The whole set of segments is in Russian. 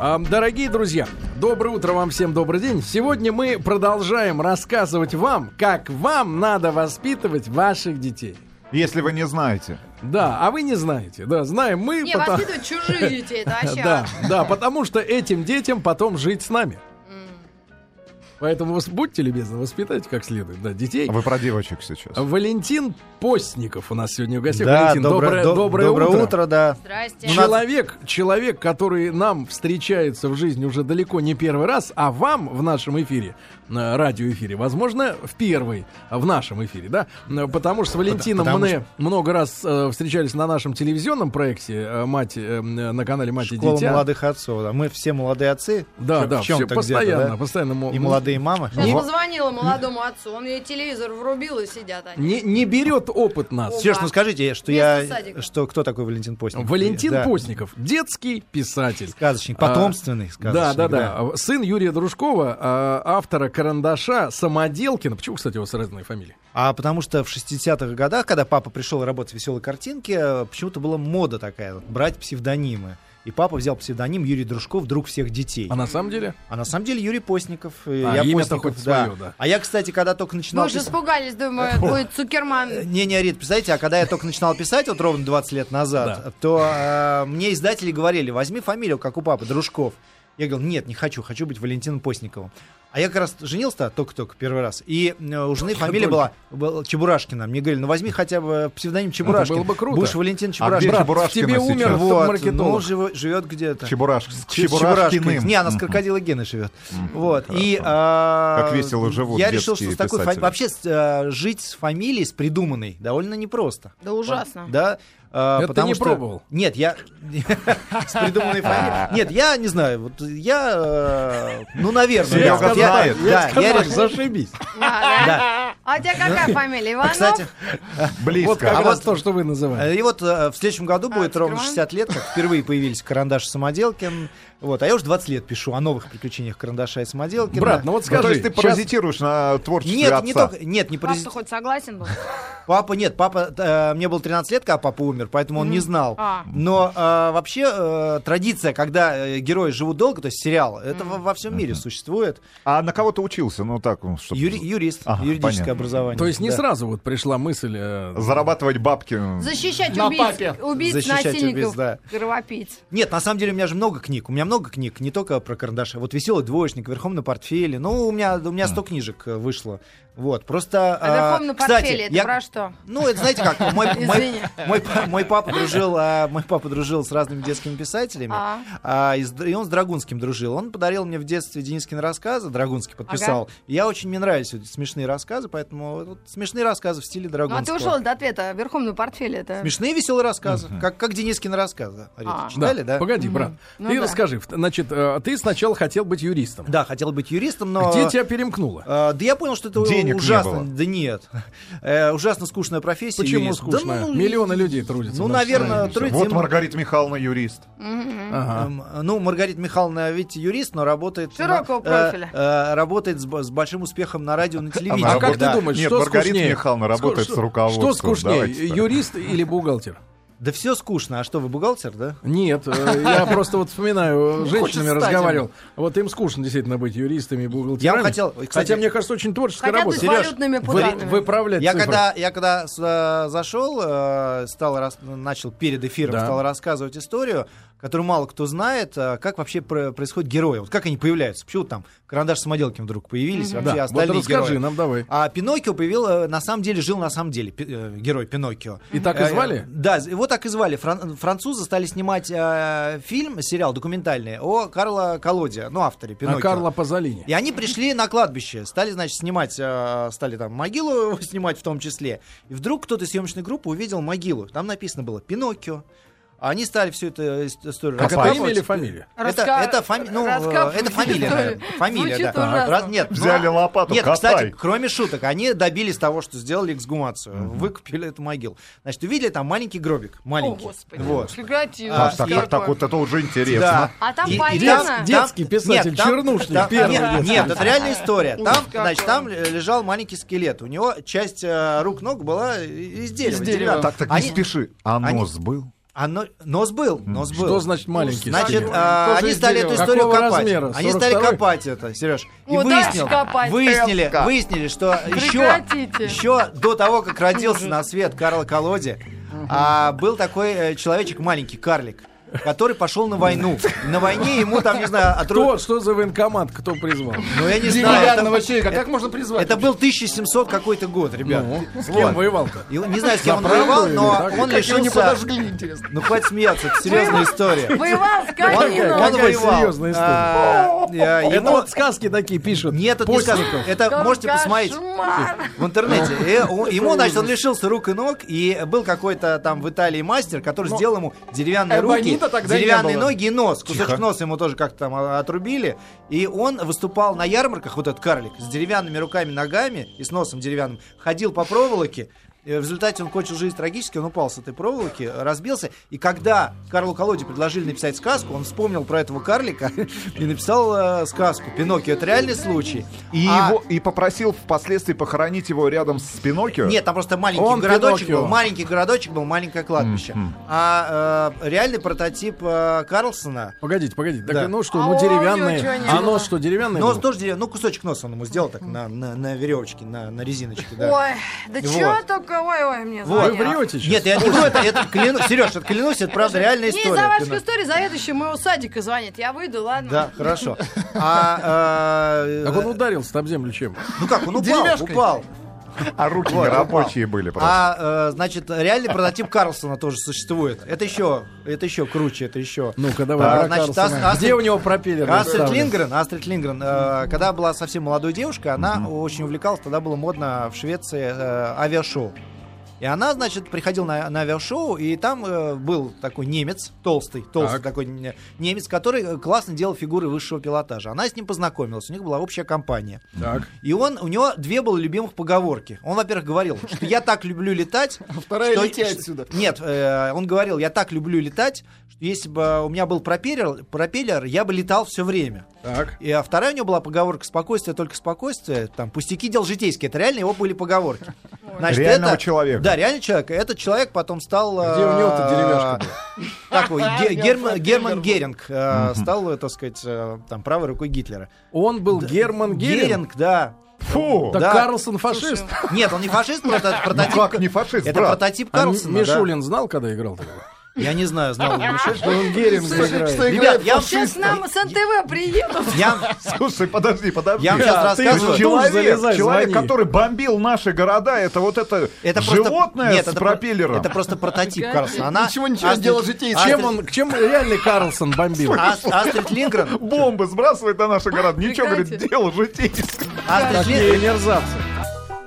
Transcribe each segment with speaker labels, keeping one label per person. Speaker 1: А, Дорогие друзья, доброе утро вам всем, добрый день. Сегодня мы продолжаем рассказывать вам, как вам надо воспитывать ваших детей.
Speaker 2: Если вы не знаете.
Speaker 1: Да, а вы не знаете. Да, знаем мы.
Speaker 3: Не,
Speaker 1: потому-
Speaker 3: воспитывать чужие детей, это вообще.
Speaker 1: Да, да, потому что этим детям потом жить с нами. Поэтому вос- будьте любезны, воспитайте как следует, да, детей.
Speaker 2: Вы про девочек сейчас.
Speaker 4: А
Speaker 1: Валентин Постников у нас сегодня в гостях.
Speaker 4: Да,
Speaker 1: Валентин,
Speaker 4: доброе, до- доброе утро. да. Ну,
Speaker 3: Здрасте.
Speaker 1: Человек, человек, который нам встречается в жизни уже далеко не первый раз, а вам в нашем эфире, э, радиоэфире, возможно, в первый, а в нашем эфире, да? Э, Потому что с Валентином
Speaker 4: Потому
Speaker 1: мы много раз э, встречались на нашем телевизионном проекте э, «Мать», э, м, э, на канале «Мать и
Speaker 4: Школа
Speaker 1: дитя».
Speaker 4: молодых отцов. Да. Мы все молодые отцы.
Speaker 1: Да,
Speaker 4: Всё-
Speaker 1: да,
Speaker 4: в
Speaker 1: все,
Speaker 4: чем-то где-то,
Speaker 1: постоянно,
Speaker 4: да?
Speaker 1: постоянно. мо-
Speaker 4: И молодые мамы.
Speaker 3: Сейчас
Speaker 4: Во-
Speaker 3: позвонила молодому отцу, он ей телевизор врубил и сидят они.
Speaker 1: Не, не берет опыт нас.
Speaker 4: Сереж, ну скажите, что
Speaker 3: Вместо
Speaker 4: я...
Speaker 3: садика.
Speaker 4: Что, кто такой Валентин Постников?
Speaker 1: Валентин
Speaker 4: Да.
Speaker 1: Постников, детский писатель.
Speaker 4: Сказочник,
Speaker 1: А,
Speaker 4: потомственный сказочник.
Speaker 1: Да, да, да. Сын Юрия Дружкова, а, автора карандаша Самоделкина. Почему, кстати, у вас разные фамилии?
Speaker 4: А потому что в 60-х годах, когда папа пришел работать в веселой картинке, э, почему-то была мода такая, вот, брать псевдонимы. И папа взял псевдоним Юрий Дружков, друг всех детей.
Speaker 1: А на самом деле?
Speaker 4: А на самом деле Юрий Постников. э,
Speaker 1: А,
Speaker 4: я
Speaker 1: имя-то
Speaker 4: Постников,
Speaker 1: хоть
Speaker 4: да.
Speaker 1: своё, да.
Speaker 4: А я, кстати, когда только
Speaker 3: Мы
Speaker 4: начинал...
Speaker 3: уже
Speaker 4: писать-
Speaker 3: испугались, думаю, будет Цукерман.
Speaker 4: Не, не Арит, представляете, а когда я только начинал писать, вот ровно 20 лет назад,
Speaker 1: Да.
Speaker 4: то э, мне издатели говорили, возьми фамилию, как у папы, Дружков. Я говорил, нет, не хочу, хочу быть Валентином Постниковым. А я как раз женился только-только первый раз, и э, у жены фамилия была, была Чебурашкина. Мне говорили, ну возьми хотя бы псевдоним Чебурашкин.
Speaker 1: было бы круто. А
Speaker 4: Будешь Валентин Чебурашкин.
Speaker 2: А где
Speaker 1: Брат, в
Speaker 2: Чебурашкина
Speaker 1: тебе
Speaker 2: сейчас?
Speaker 1: умер
Speaker 4: вот, ну,
Speaker 1: маркетолог.
Speaker 4: живо- живет где-то.
Speaker 2: Чебураш... с
Speaker 4: Че-
Speaker 2: Чебурашкиным.
Speaker 4: Не, она с
Speaker 2: Мгм.
Speaker 4: крокодила Гены живет. Вот. И,
Speaker 2: хорошо.
Speaker 4: а,
Speaker 2: Как весело живут
Speaker 4: Я решил,
Speaker 2: детские
Speaker 4: что с такой
Speaker 2: писатели.
Speaker 4: фами- вообще с, а, жить с фамилией, с придуманной, довольно непросто.
Speaker 3: Да ужасно.
Speaker 4: Да? а,
Speaker 1: Это ты
Speaker 4: потому
Speaker 1: не
Speaker 4: что-
Speaker 1: пробовал?
Speaker 4: Нет, я... С придуманной фамилией. Нет, я не знаю. вот Я... э, Ну, наверное.
Speaker 2: Серега
Speaker 4: да, вот я-
Speaker 2: знает.
Speaker 4: да, я
Speaker 1: Сказать,
Speaker 4: реш-
Speaker 1: зашибись.
Speaker 3: Да, да.
Speaker 4: да.
Speaker 3: А у тебя какая фамилия? Иванов?
Speaker 4: Кстати,
Speaker 2: Близко.
Speaker 1: Вот как
Speaker 4: А
Speaker 1: раз
Speaker 4: вот-
Speaker 1: то, что вы называете.
Speaker 4: Э, И вот э, в следующем году
Speaker 3: А,
Speaker 4: будет ровно
Speaker 3: открываем.
Speaker 4: 60 лет, как впервые появились карандаш и самоделкин. Вот, а я уже 20 лет пишу о новых приключениях карандаша и самоделкина.
Speaker 1: Брат, ну вот
Speaker 2: Ну, то
Speaker 1: скажи,
Speaker 2: есть ты
Speaker 1: щас-
Speaker 2: паразитируешь на творчестве
Speaker 4: Нет,
Speaker 2: отца.
Speaker 4: не только, нет, не
Speaker 3: Папа
Speaker 4: паразит-
Speaker 3: хоть согласен был?
Speaker 4: Папа, нет, папа, э, мне было 13 лет, когда папа умер, поэтому он не знал.
Speaker 3: А.
Speaker 4: Но э, вообще э, традиция, когда э, герои живут долго, то есть сериал, это во, во всем мире существует.
Speaker 2: А на кого ты учился? Ну так, ну, чтобы
Speaker 4: Юри- юрист,
Speaker 2: Ага,
Speaker 4: юридическое
Speaker 2: понятно.
Speaker 4: образование.
Speaker 1: То есть не
Speaker 4: Да.
Speaker 1: сразу вот пришла мысль... э,
Speaker 2: зарабатывать бабки.
Speaker 3: Защищать
Speaker 4: На
Speaker 3: убийц,
Speaker 4: папе.
Speaker 3: убийц,
Speaker 4: Защищать
Speaker 3: насильников,
Speaker 4: убийц, да.
Speaker 3: кровопийц.
Speaker 4: Нет, на самом деле у меня же много книг. У меня много книг, не только про карандаша. Вот «Веселый двоечник», «Верхом на портфеле». Ну, у меня, у меня 100 книжек э, вышло. Вот, просто... э,
Speaker 3: А верхом на
Speaker 4: кстати,
Speaker 3: портфеле, это
Speaker 4: я-
Speaker 3: про что?
Speaker 4: Ну, это знаете как, мой, мой,
Speaker 3: Извини.
Speaker 4: мой па- мой папа дружил, а, мой папа дружил с разными детскими писателями,
Speaker 3: А.
Speaker 4: а, и, с Др- и он с Драгунским дружил. Он подарил мне в детстве Денискин рассказы, Драгунский подписал. Я очень, мне нравились эти смешные рассказы, поэтому вот смешные рассказы в
Speaker 3: Ну,
Speaker 4: стиле
Speaker 3: а ты
Speaker 4: Драгунского.
Speaker 3: ушел от ответа. Верхом на портфеле это...
Speaker 4: Смешные веселые рассказы, как, как Денискин рассказы. Рит,
Speaker 3: А.
Speaker 4: Читали, да?
Speaker 1: Погоди, брат.
Speaker 3: Ну
Speaker 1: ты
Speaker 3: да.
Speaker 1: расскажи, в- значит, э, ты сначала хотел быть юристом.
Speaker 4: Да, хотел быть юристом, но...
Speaker 1: Где тебя перемкнуло?
Speaker 4: А, да я понял, что это
Speaker 2: Денег не
Speaker 4: ужасно.
Speaker 2: было.
Speaker 4: Да нет. Э, ужасно скучная профессия.
Speaker 1: Почему
Speaker 4: юрист. Да
Speaker 1: скучно?
Speaker 4: ну,
Speaker 1: Миллионы людей трудятся.
Speaker 4: ну,
Speaker 1: в нашей
Speaker 4: наверное,
Speaker 1: стране.
Speaker 4: трудятся.
Speaker 2: Вот Маргарита Михайловна юрист.
Speaker 3: Мгм.
Speaker 1: Ага.
Speaker 4: Эм, Ну, Маргарита Михайловна, видите, юрист, но работает...
Speaker 3: Широкого
Speaker 4: на- э,
Speaker 3: профиля.
Speaker 4: э, работает с, б- с большим успехом на радио, на телевидении.
Speaker 1: А как
Speaker 4: да.
Speaker 1: ты думаешь,
Speaker 2: Нет,
Speaker 1: что
Speaker 2: Маргарита
Speaker 1: скучнее?
Speaker 2: Михайловна работает
Speaker 1: Ску-
Speaker 2: с руководством.
Speaker 1: Что скучнее,
Speaker 2: Давайте так.
Speaker 1: юрист или бухгалтер?
Speaker 4: Да все скучно. А что, вы бухгалтер, да?
Speaker 1: Нет, э, я просто вот вспоминаю, э, с
Speaker 4: хочется
Speaker 1: женщинами
Speaker 4: стать им.
Speaker 1: разговаривал. Вот им скучно действительно быть юристами и бухгалтерами.
Speaker 4: Я бы хотел-
Speaker 1: Хотя,
Speaker 4: кстати-
Speaker 1: мне кажется, очень творческая
Speaker 3: Хотя ты
Speaker 1: работа.
Speaker 3: с
Speaker 1: Серёж,
Speaker 3: валютными
Speaker 1: вы-
Speaker 3: путанами.
Speaker 1: выправлять
Speaker 4: Я
Speaker 1: цифры.
Speaker 4: когда, я когда сюда зашел, э, стал рас- начал перед эфиром
Speaker 1: Да.
Speaker 4: стал рассказывать историю, которую мало кто знает, э, как вообще про- происходят герои. Вот как они появляются? Почему там карандаш самоделки вдруг появились?
Speaker 1: Да,
Speaker 4: Вообще
Speaker 1: вот
Speaker 4: остальные
Speaker 1: расскажи
Speaker 4: герои.
Speaker 1: нам, давай.
Speaker 4: А Пиноккио появил, э, на самом деле, жил на самом деле пи- э, герой Пиноккио.
Speaker 1: И так и
Speaker 4: Э,
Speaker 1: звали?
Speaker 4: Да, его так и звали. Фран- французы стали снимать э, фильм, сериал документальный о Карло Колоде, ну, авторе
Speaker 1: А
Speaker 4: Пиноккио.
Speaker 1: Карла Пазолини.
Speaker 4: И они пришли на кладбище, стали, значит, снимать, э, стали там могилу его снимать в том числе. И вдруг кто-то из съемочной группы увидел могилу. Там написано было «Пиноккио». Они стали всю эту ис- историю
Speaker 2: А
Speaker 1: Так это
Speaker 4: раскапывать.
Speaker 1: имя А или фамилия?
Speaker 4: Это,
Speaker 3: Раска-
Speaker 4: это, фами- ну,
Speaker 3: раскапывать
Speaker 4: э, это фамилия,
Speaker 3: историю.
Speaker 4: наверное. Фамилия,
Speaker 3: Звучит
Speaker 4: да.
Speaker 3: ужасно.
Speaker 4: Раз- нет, ну,
Speaker 2: Взяли
Speaker 4: а-
Speaker 2: лопату,
Speaker 4: Нет,
Speaker 2: копай.
Speaker 4: кстати, кроме шуток, они добились того, что сделали эксгумацию. Выкупили эту могилу. Значит, увидели там маленький гробик.
Speaker 3: О,
Speaker 4: Маленький.
Speaker 3: господи.
Speaker 4: Вот.
Speaker 3: Прекрати.
Speaker 2: А, так,
Speaker 3: Какое?
Speaker 2: так, так, вот это уже интересно.
Speaker 4: Да.
Speaker 3: А там
Speaker 4: И- и
Speaker 3: понятно.
Speaker 4: там-
Speaker 1: Детский писатель,
Speaker 4: там-
Speaker 1: чернушник,
Speaker 4: там-
Speaker 1: первый
Speaker 4: Нет,
Speaker 1: детский
Speaker 4: нет, это
Speaker 1: писатель.
Speaker 4: реальная история.
Speaker 3: Ужас
Speaker 4: Там,
Speaker 3: какой.
Speaker 4: значит, там лежал маленький скелет. У него часть рук-ног была
Speaker 1: Из
Speaker 4: из дерева. из
Speaker 1: дерева.
Speaker 4: деревянного.
Speaker 2: Так, так, не
Speaker 4: Они-
Speaker 2: спеши. А
Speaker 4: они-
Speaker 2: нос был?
Speaker 4: А но- нос был, нос был.
Speaker 1: Что значит маленький?
Speaker 4: Значит,
Speaker 1: стилет?
Speaker 4: а,
Speaker 1: Тоже
Speaker 4: они
Speaker 1: из
Speaker 4: стали эту
Speaker 1: дерева.
Speaker 4: историю
Speaker 1: Какого
Speaker 4: копать.
Speaker 1: размера?
Speaker 4: Они стали
Speaker 1: 42?
Speaker 4: копать это, Сереж. И
Speaker 3: Удачно
Speaker 4: выяснил,
Speaker 3: копать.
Speaker 4: выяснили,
Speaker 2: Эвка.
Speaker 4: выяснили, что еще,
Speaker 3: Прекратите.
Speaker 4: еще до того, как родился на свет Карл Колоди, а, был такой э, человечек маленький, карлик, который пошел на войну. На войне ему там, не знаю, отру...
Speaker 1: Кто, что за военкомат, кто призвал?
Speaker 4: Ну, я не знаю,
Speaker 5: Деревянного
Speaker 4: это,
Speaker 5: человека. Как можно призвать?
Speaker 4: это был 1700 какой-то год, ребят.
Speaker 1: Ну, с
Speaker 4: Вот.
Speaker 1: кем воевал-то?
Speaker 4: И он- Не знаю, с кем он
Speaker 1: За правду
Speaker 4: воевал,
Speaker 1: или
Speaker 4: но
Speaker 1: так?
Speaker 4: он
Speaker 5: Как его не
Speaker 4: лишился...
Speaker 5: подожгли, интересно.
Speaker 4: Ну, хватит смеяться, это серьезная история.
Speaker 3: Воевал с
Speaker 4: Он-
Speaker 3: Калином.
Speaker 4: он
Speaker 1: Какая
Speaker 4: воевал.
Speaker 1: серьезная история?
Speaker 4: А, э,
Speaker 1: Это
Speaker 4: ему-
Speaker 1: вот сказки такие пишут.
Speaker 4: Нет, это не сказка.
Speaker 1: постников.
Speaker 4: Это
Speaker 3: Какой
Speaker 4: можете посмотреть
Speaker 3: кошмар.
Speaker 4: в интернете.
Speaker 5: Ну,
Speaker 4: Э, о- Ему, значит, он лишился рук и ног, и был какой-то там в Италии мастер, который сделал ему деревянные руки,
Speaker 5: Эбонита тогда не
Speaker 4: деревянные
Speaker 5: было.
Speaker 4: ноги и нос. Кусочек носа ему тоже как-то там а, отрубили. И он выступал на ярмарках, вот этот карлик, с деревянными руками, ногами и с носом деревянным. Ходил по проволоке, Э, В результате он кончил жизнь трагически, он упал с этой проволоки, э, разбился. И когда Карлу Колоде предложили написать сказку, он вспомнил про этого карлика и написал э, сказку. Пиноккио это реальный случай.
Speaker 2: И,
Speaker 4: А-
Speaker 2: его, и попросил впоследствии похоронить его рядом с Пиноккио.
Speaker 4: Нет, там просто маленький
Speaker 1: Он
Speaker 4: городочек
Speaker 1: Пиноккио.
Speaker 4: был, маленький городочек был, маленькое кладбище. А э, реальный прототип э, Карлсона,
Speaker 1: Погодите, погодите. Так,
Speaker 4: Да.
Speaker 1: ну что,
Speaker 3: А
Speaker 1: ну
Speaker 3: у
Speaker 1: деревянные.
Speaker 3: него чего не
Speaker 1: А
Speaker 3: было?
Speaker 1: нос что, деревянный?
Speaker 4: нос
Speaker 1: был?
Speaker 4: тоже деревянный, ну кусочек носа он ему сделал так на, на, на веревочке, на, на резиночке, да.
Speaker 3: Ой, да
Speaker 4: Вот.
Speaker 3: чего только ой, ой, мне
Speaker 1: Вы
Speaker 4: Вот.
Speaker 3: звонят.
Speaker 1: врете сейчас?
Speaker 4: Нет, я не вру, это, это клянусь, Сереж, это клянусь, это правда реальная
Speaker 3: Не
Speaker 4: история.
Speaker 3: из-за ваших
Speaker 4: Клянусь.
Speaker 3: историй заведующий моего садика звонит. Я выйду, ладно?
Speaker 4: Да, хорошо. А, э,
Speaker 1: Так он ударился об землю чем?
Speaker 4: Ну как, он упал,
Speaker 5: Деревяшкой.
Speaker 4: упал.
Speaker 2: А руки нерабочие были просто.
Speaker 4: А, э, значит, реальный прототип Карлсона тоже существует. Это еще, это еще круче, это еще.
Speaker 1: Ну-ка, давай.
Speaker 4: А,
Speaker 1: про
Speaker 4: значит,
Speaker 1: Карлсона.
Speaker 4: Ас- Астрид-
Speaker 1: Где у него пропеллер?
Speaker 4: Астрид
Speaker 1: расставлен?
Speaker 4: Лингрен, Астрид Лингрен, э, когда была совсем молодой девушкой, она очень увлекалась, тогда было модно в Швеции э, авиашоу. И она, значит, приходила на, на авиашоу, и там э, был такой немец, толстый, толстый
Speaker 1: Так.
Speaker 4: такой не- немец, который э, классно делал фигуры высшего пилотажа. Она с ним познакомилась, у них была общая компания.
Speaker 1: Так.
Speaker 4: И он, у него две было любимых поговорки. Он, во-первых, говорил, что я так люблю летать.
Speaker 5: Вторая
Speaker 4: что-
Speaker 5: лети
Speaker 4: что-
Speaker 5: отсюда.
Speaker 4: Нет, э, он говорил, я так люблю летать, что если бы у меня был пропеллер, пропеллер я бы летал все время.
Speaker 1: Так.
Speaker 4: И, а вторая у него была поговорка «спокойствие, только спокойствие». Там «пустяки, дел житейские». Это реально его были поговорки.
Speaker 2: Реального человека.
Speaker 4: Да, реальный человек. Этот человек потом стал... э,
Speaker 1: Где у него-то деревяшка
Speaker 4: Так, вот, Ге- Герман, Герман Геринг э, стал, э, так сказать, э, там, правой рукой Гитлера.
Speaker 1: Он был Герман Геринг.
Speaker 4: Геринг, да.
Speaker 2: Фу!
Speaker 1: Так
Speaker 4: да.
Speaker 1: Карлсон фашист.
Speaker 4: Нет, он не фашист, прото- прототип.
Speaker 2: Ну, Как не фашист,
Speaker 4: Это
Speaker 2: брат?
Speaker 4: прототип
Speaker 1: Ну, А М-
Speaker 4: Карлсона. да.
Speaker 1: Мишулин знал, когда играл такого?
Speaker 4: Я не знаю, знал ли Мишулин.
Speaker 1: Что он Геринг играет.
Speaker 5: Что
Speaker 4: Ребят,
Speaker 5: играет
Speaker 4: я вам
Speaker 3: Сейчас нам с НТВ приедут.
Speaker 4: Я,
Speaker 2: Слушай, подожди, подожди.
Speaker 4: Я вам щас
Speaker 2: Да, ты
Speaker 4: рассказываю.
Speaker 2: же
Speaker 1: Тут
Speaker 2: Человек,
Speaker 1: залезай,
Speaker 2: человек
Speaker 1: звони.
Speaker 2: который бомбил наши города, это вот это,
Speaker 4: это просто-
Speaker 2: животное
Speaker 4: Нет,
Speaker 2: с
Speaker 4: это про-
Speaker 2: пропеллером.
Speaker 4: Это просто прототип Карлсона. Она...
Speaker 5: Ничего, ничего,
Speaker 4: Астрид-
Speaker 5: дело житейское.
Speaker 4: Астрид-
Speaker 1: Чем он, чем реальный Карлсон бомбил?
Speaker 4: Ас- Астрид Лингрен,
Speaker 2: Бомбы сбрасывает на наши города. Ничего, говорит,
Speaker 3: Прекратите.
Speaker 2: дело житейское.
Speaker 4: Астрид Лингрен,
Speaker 1: Такие мерзавцы.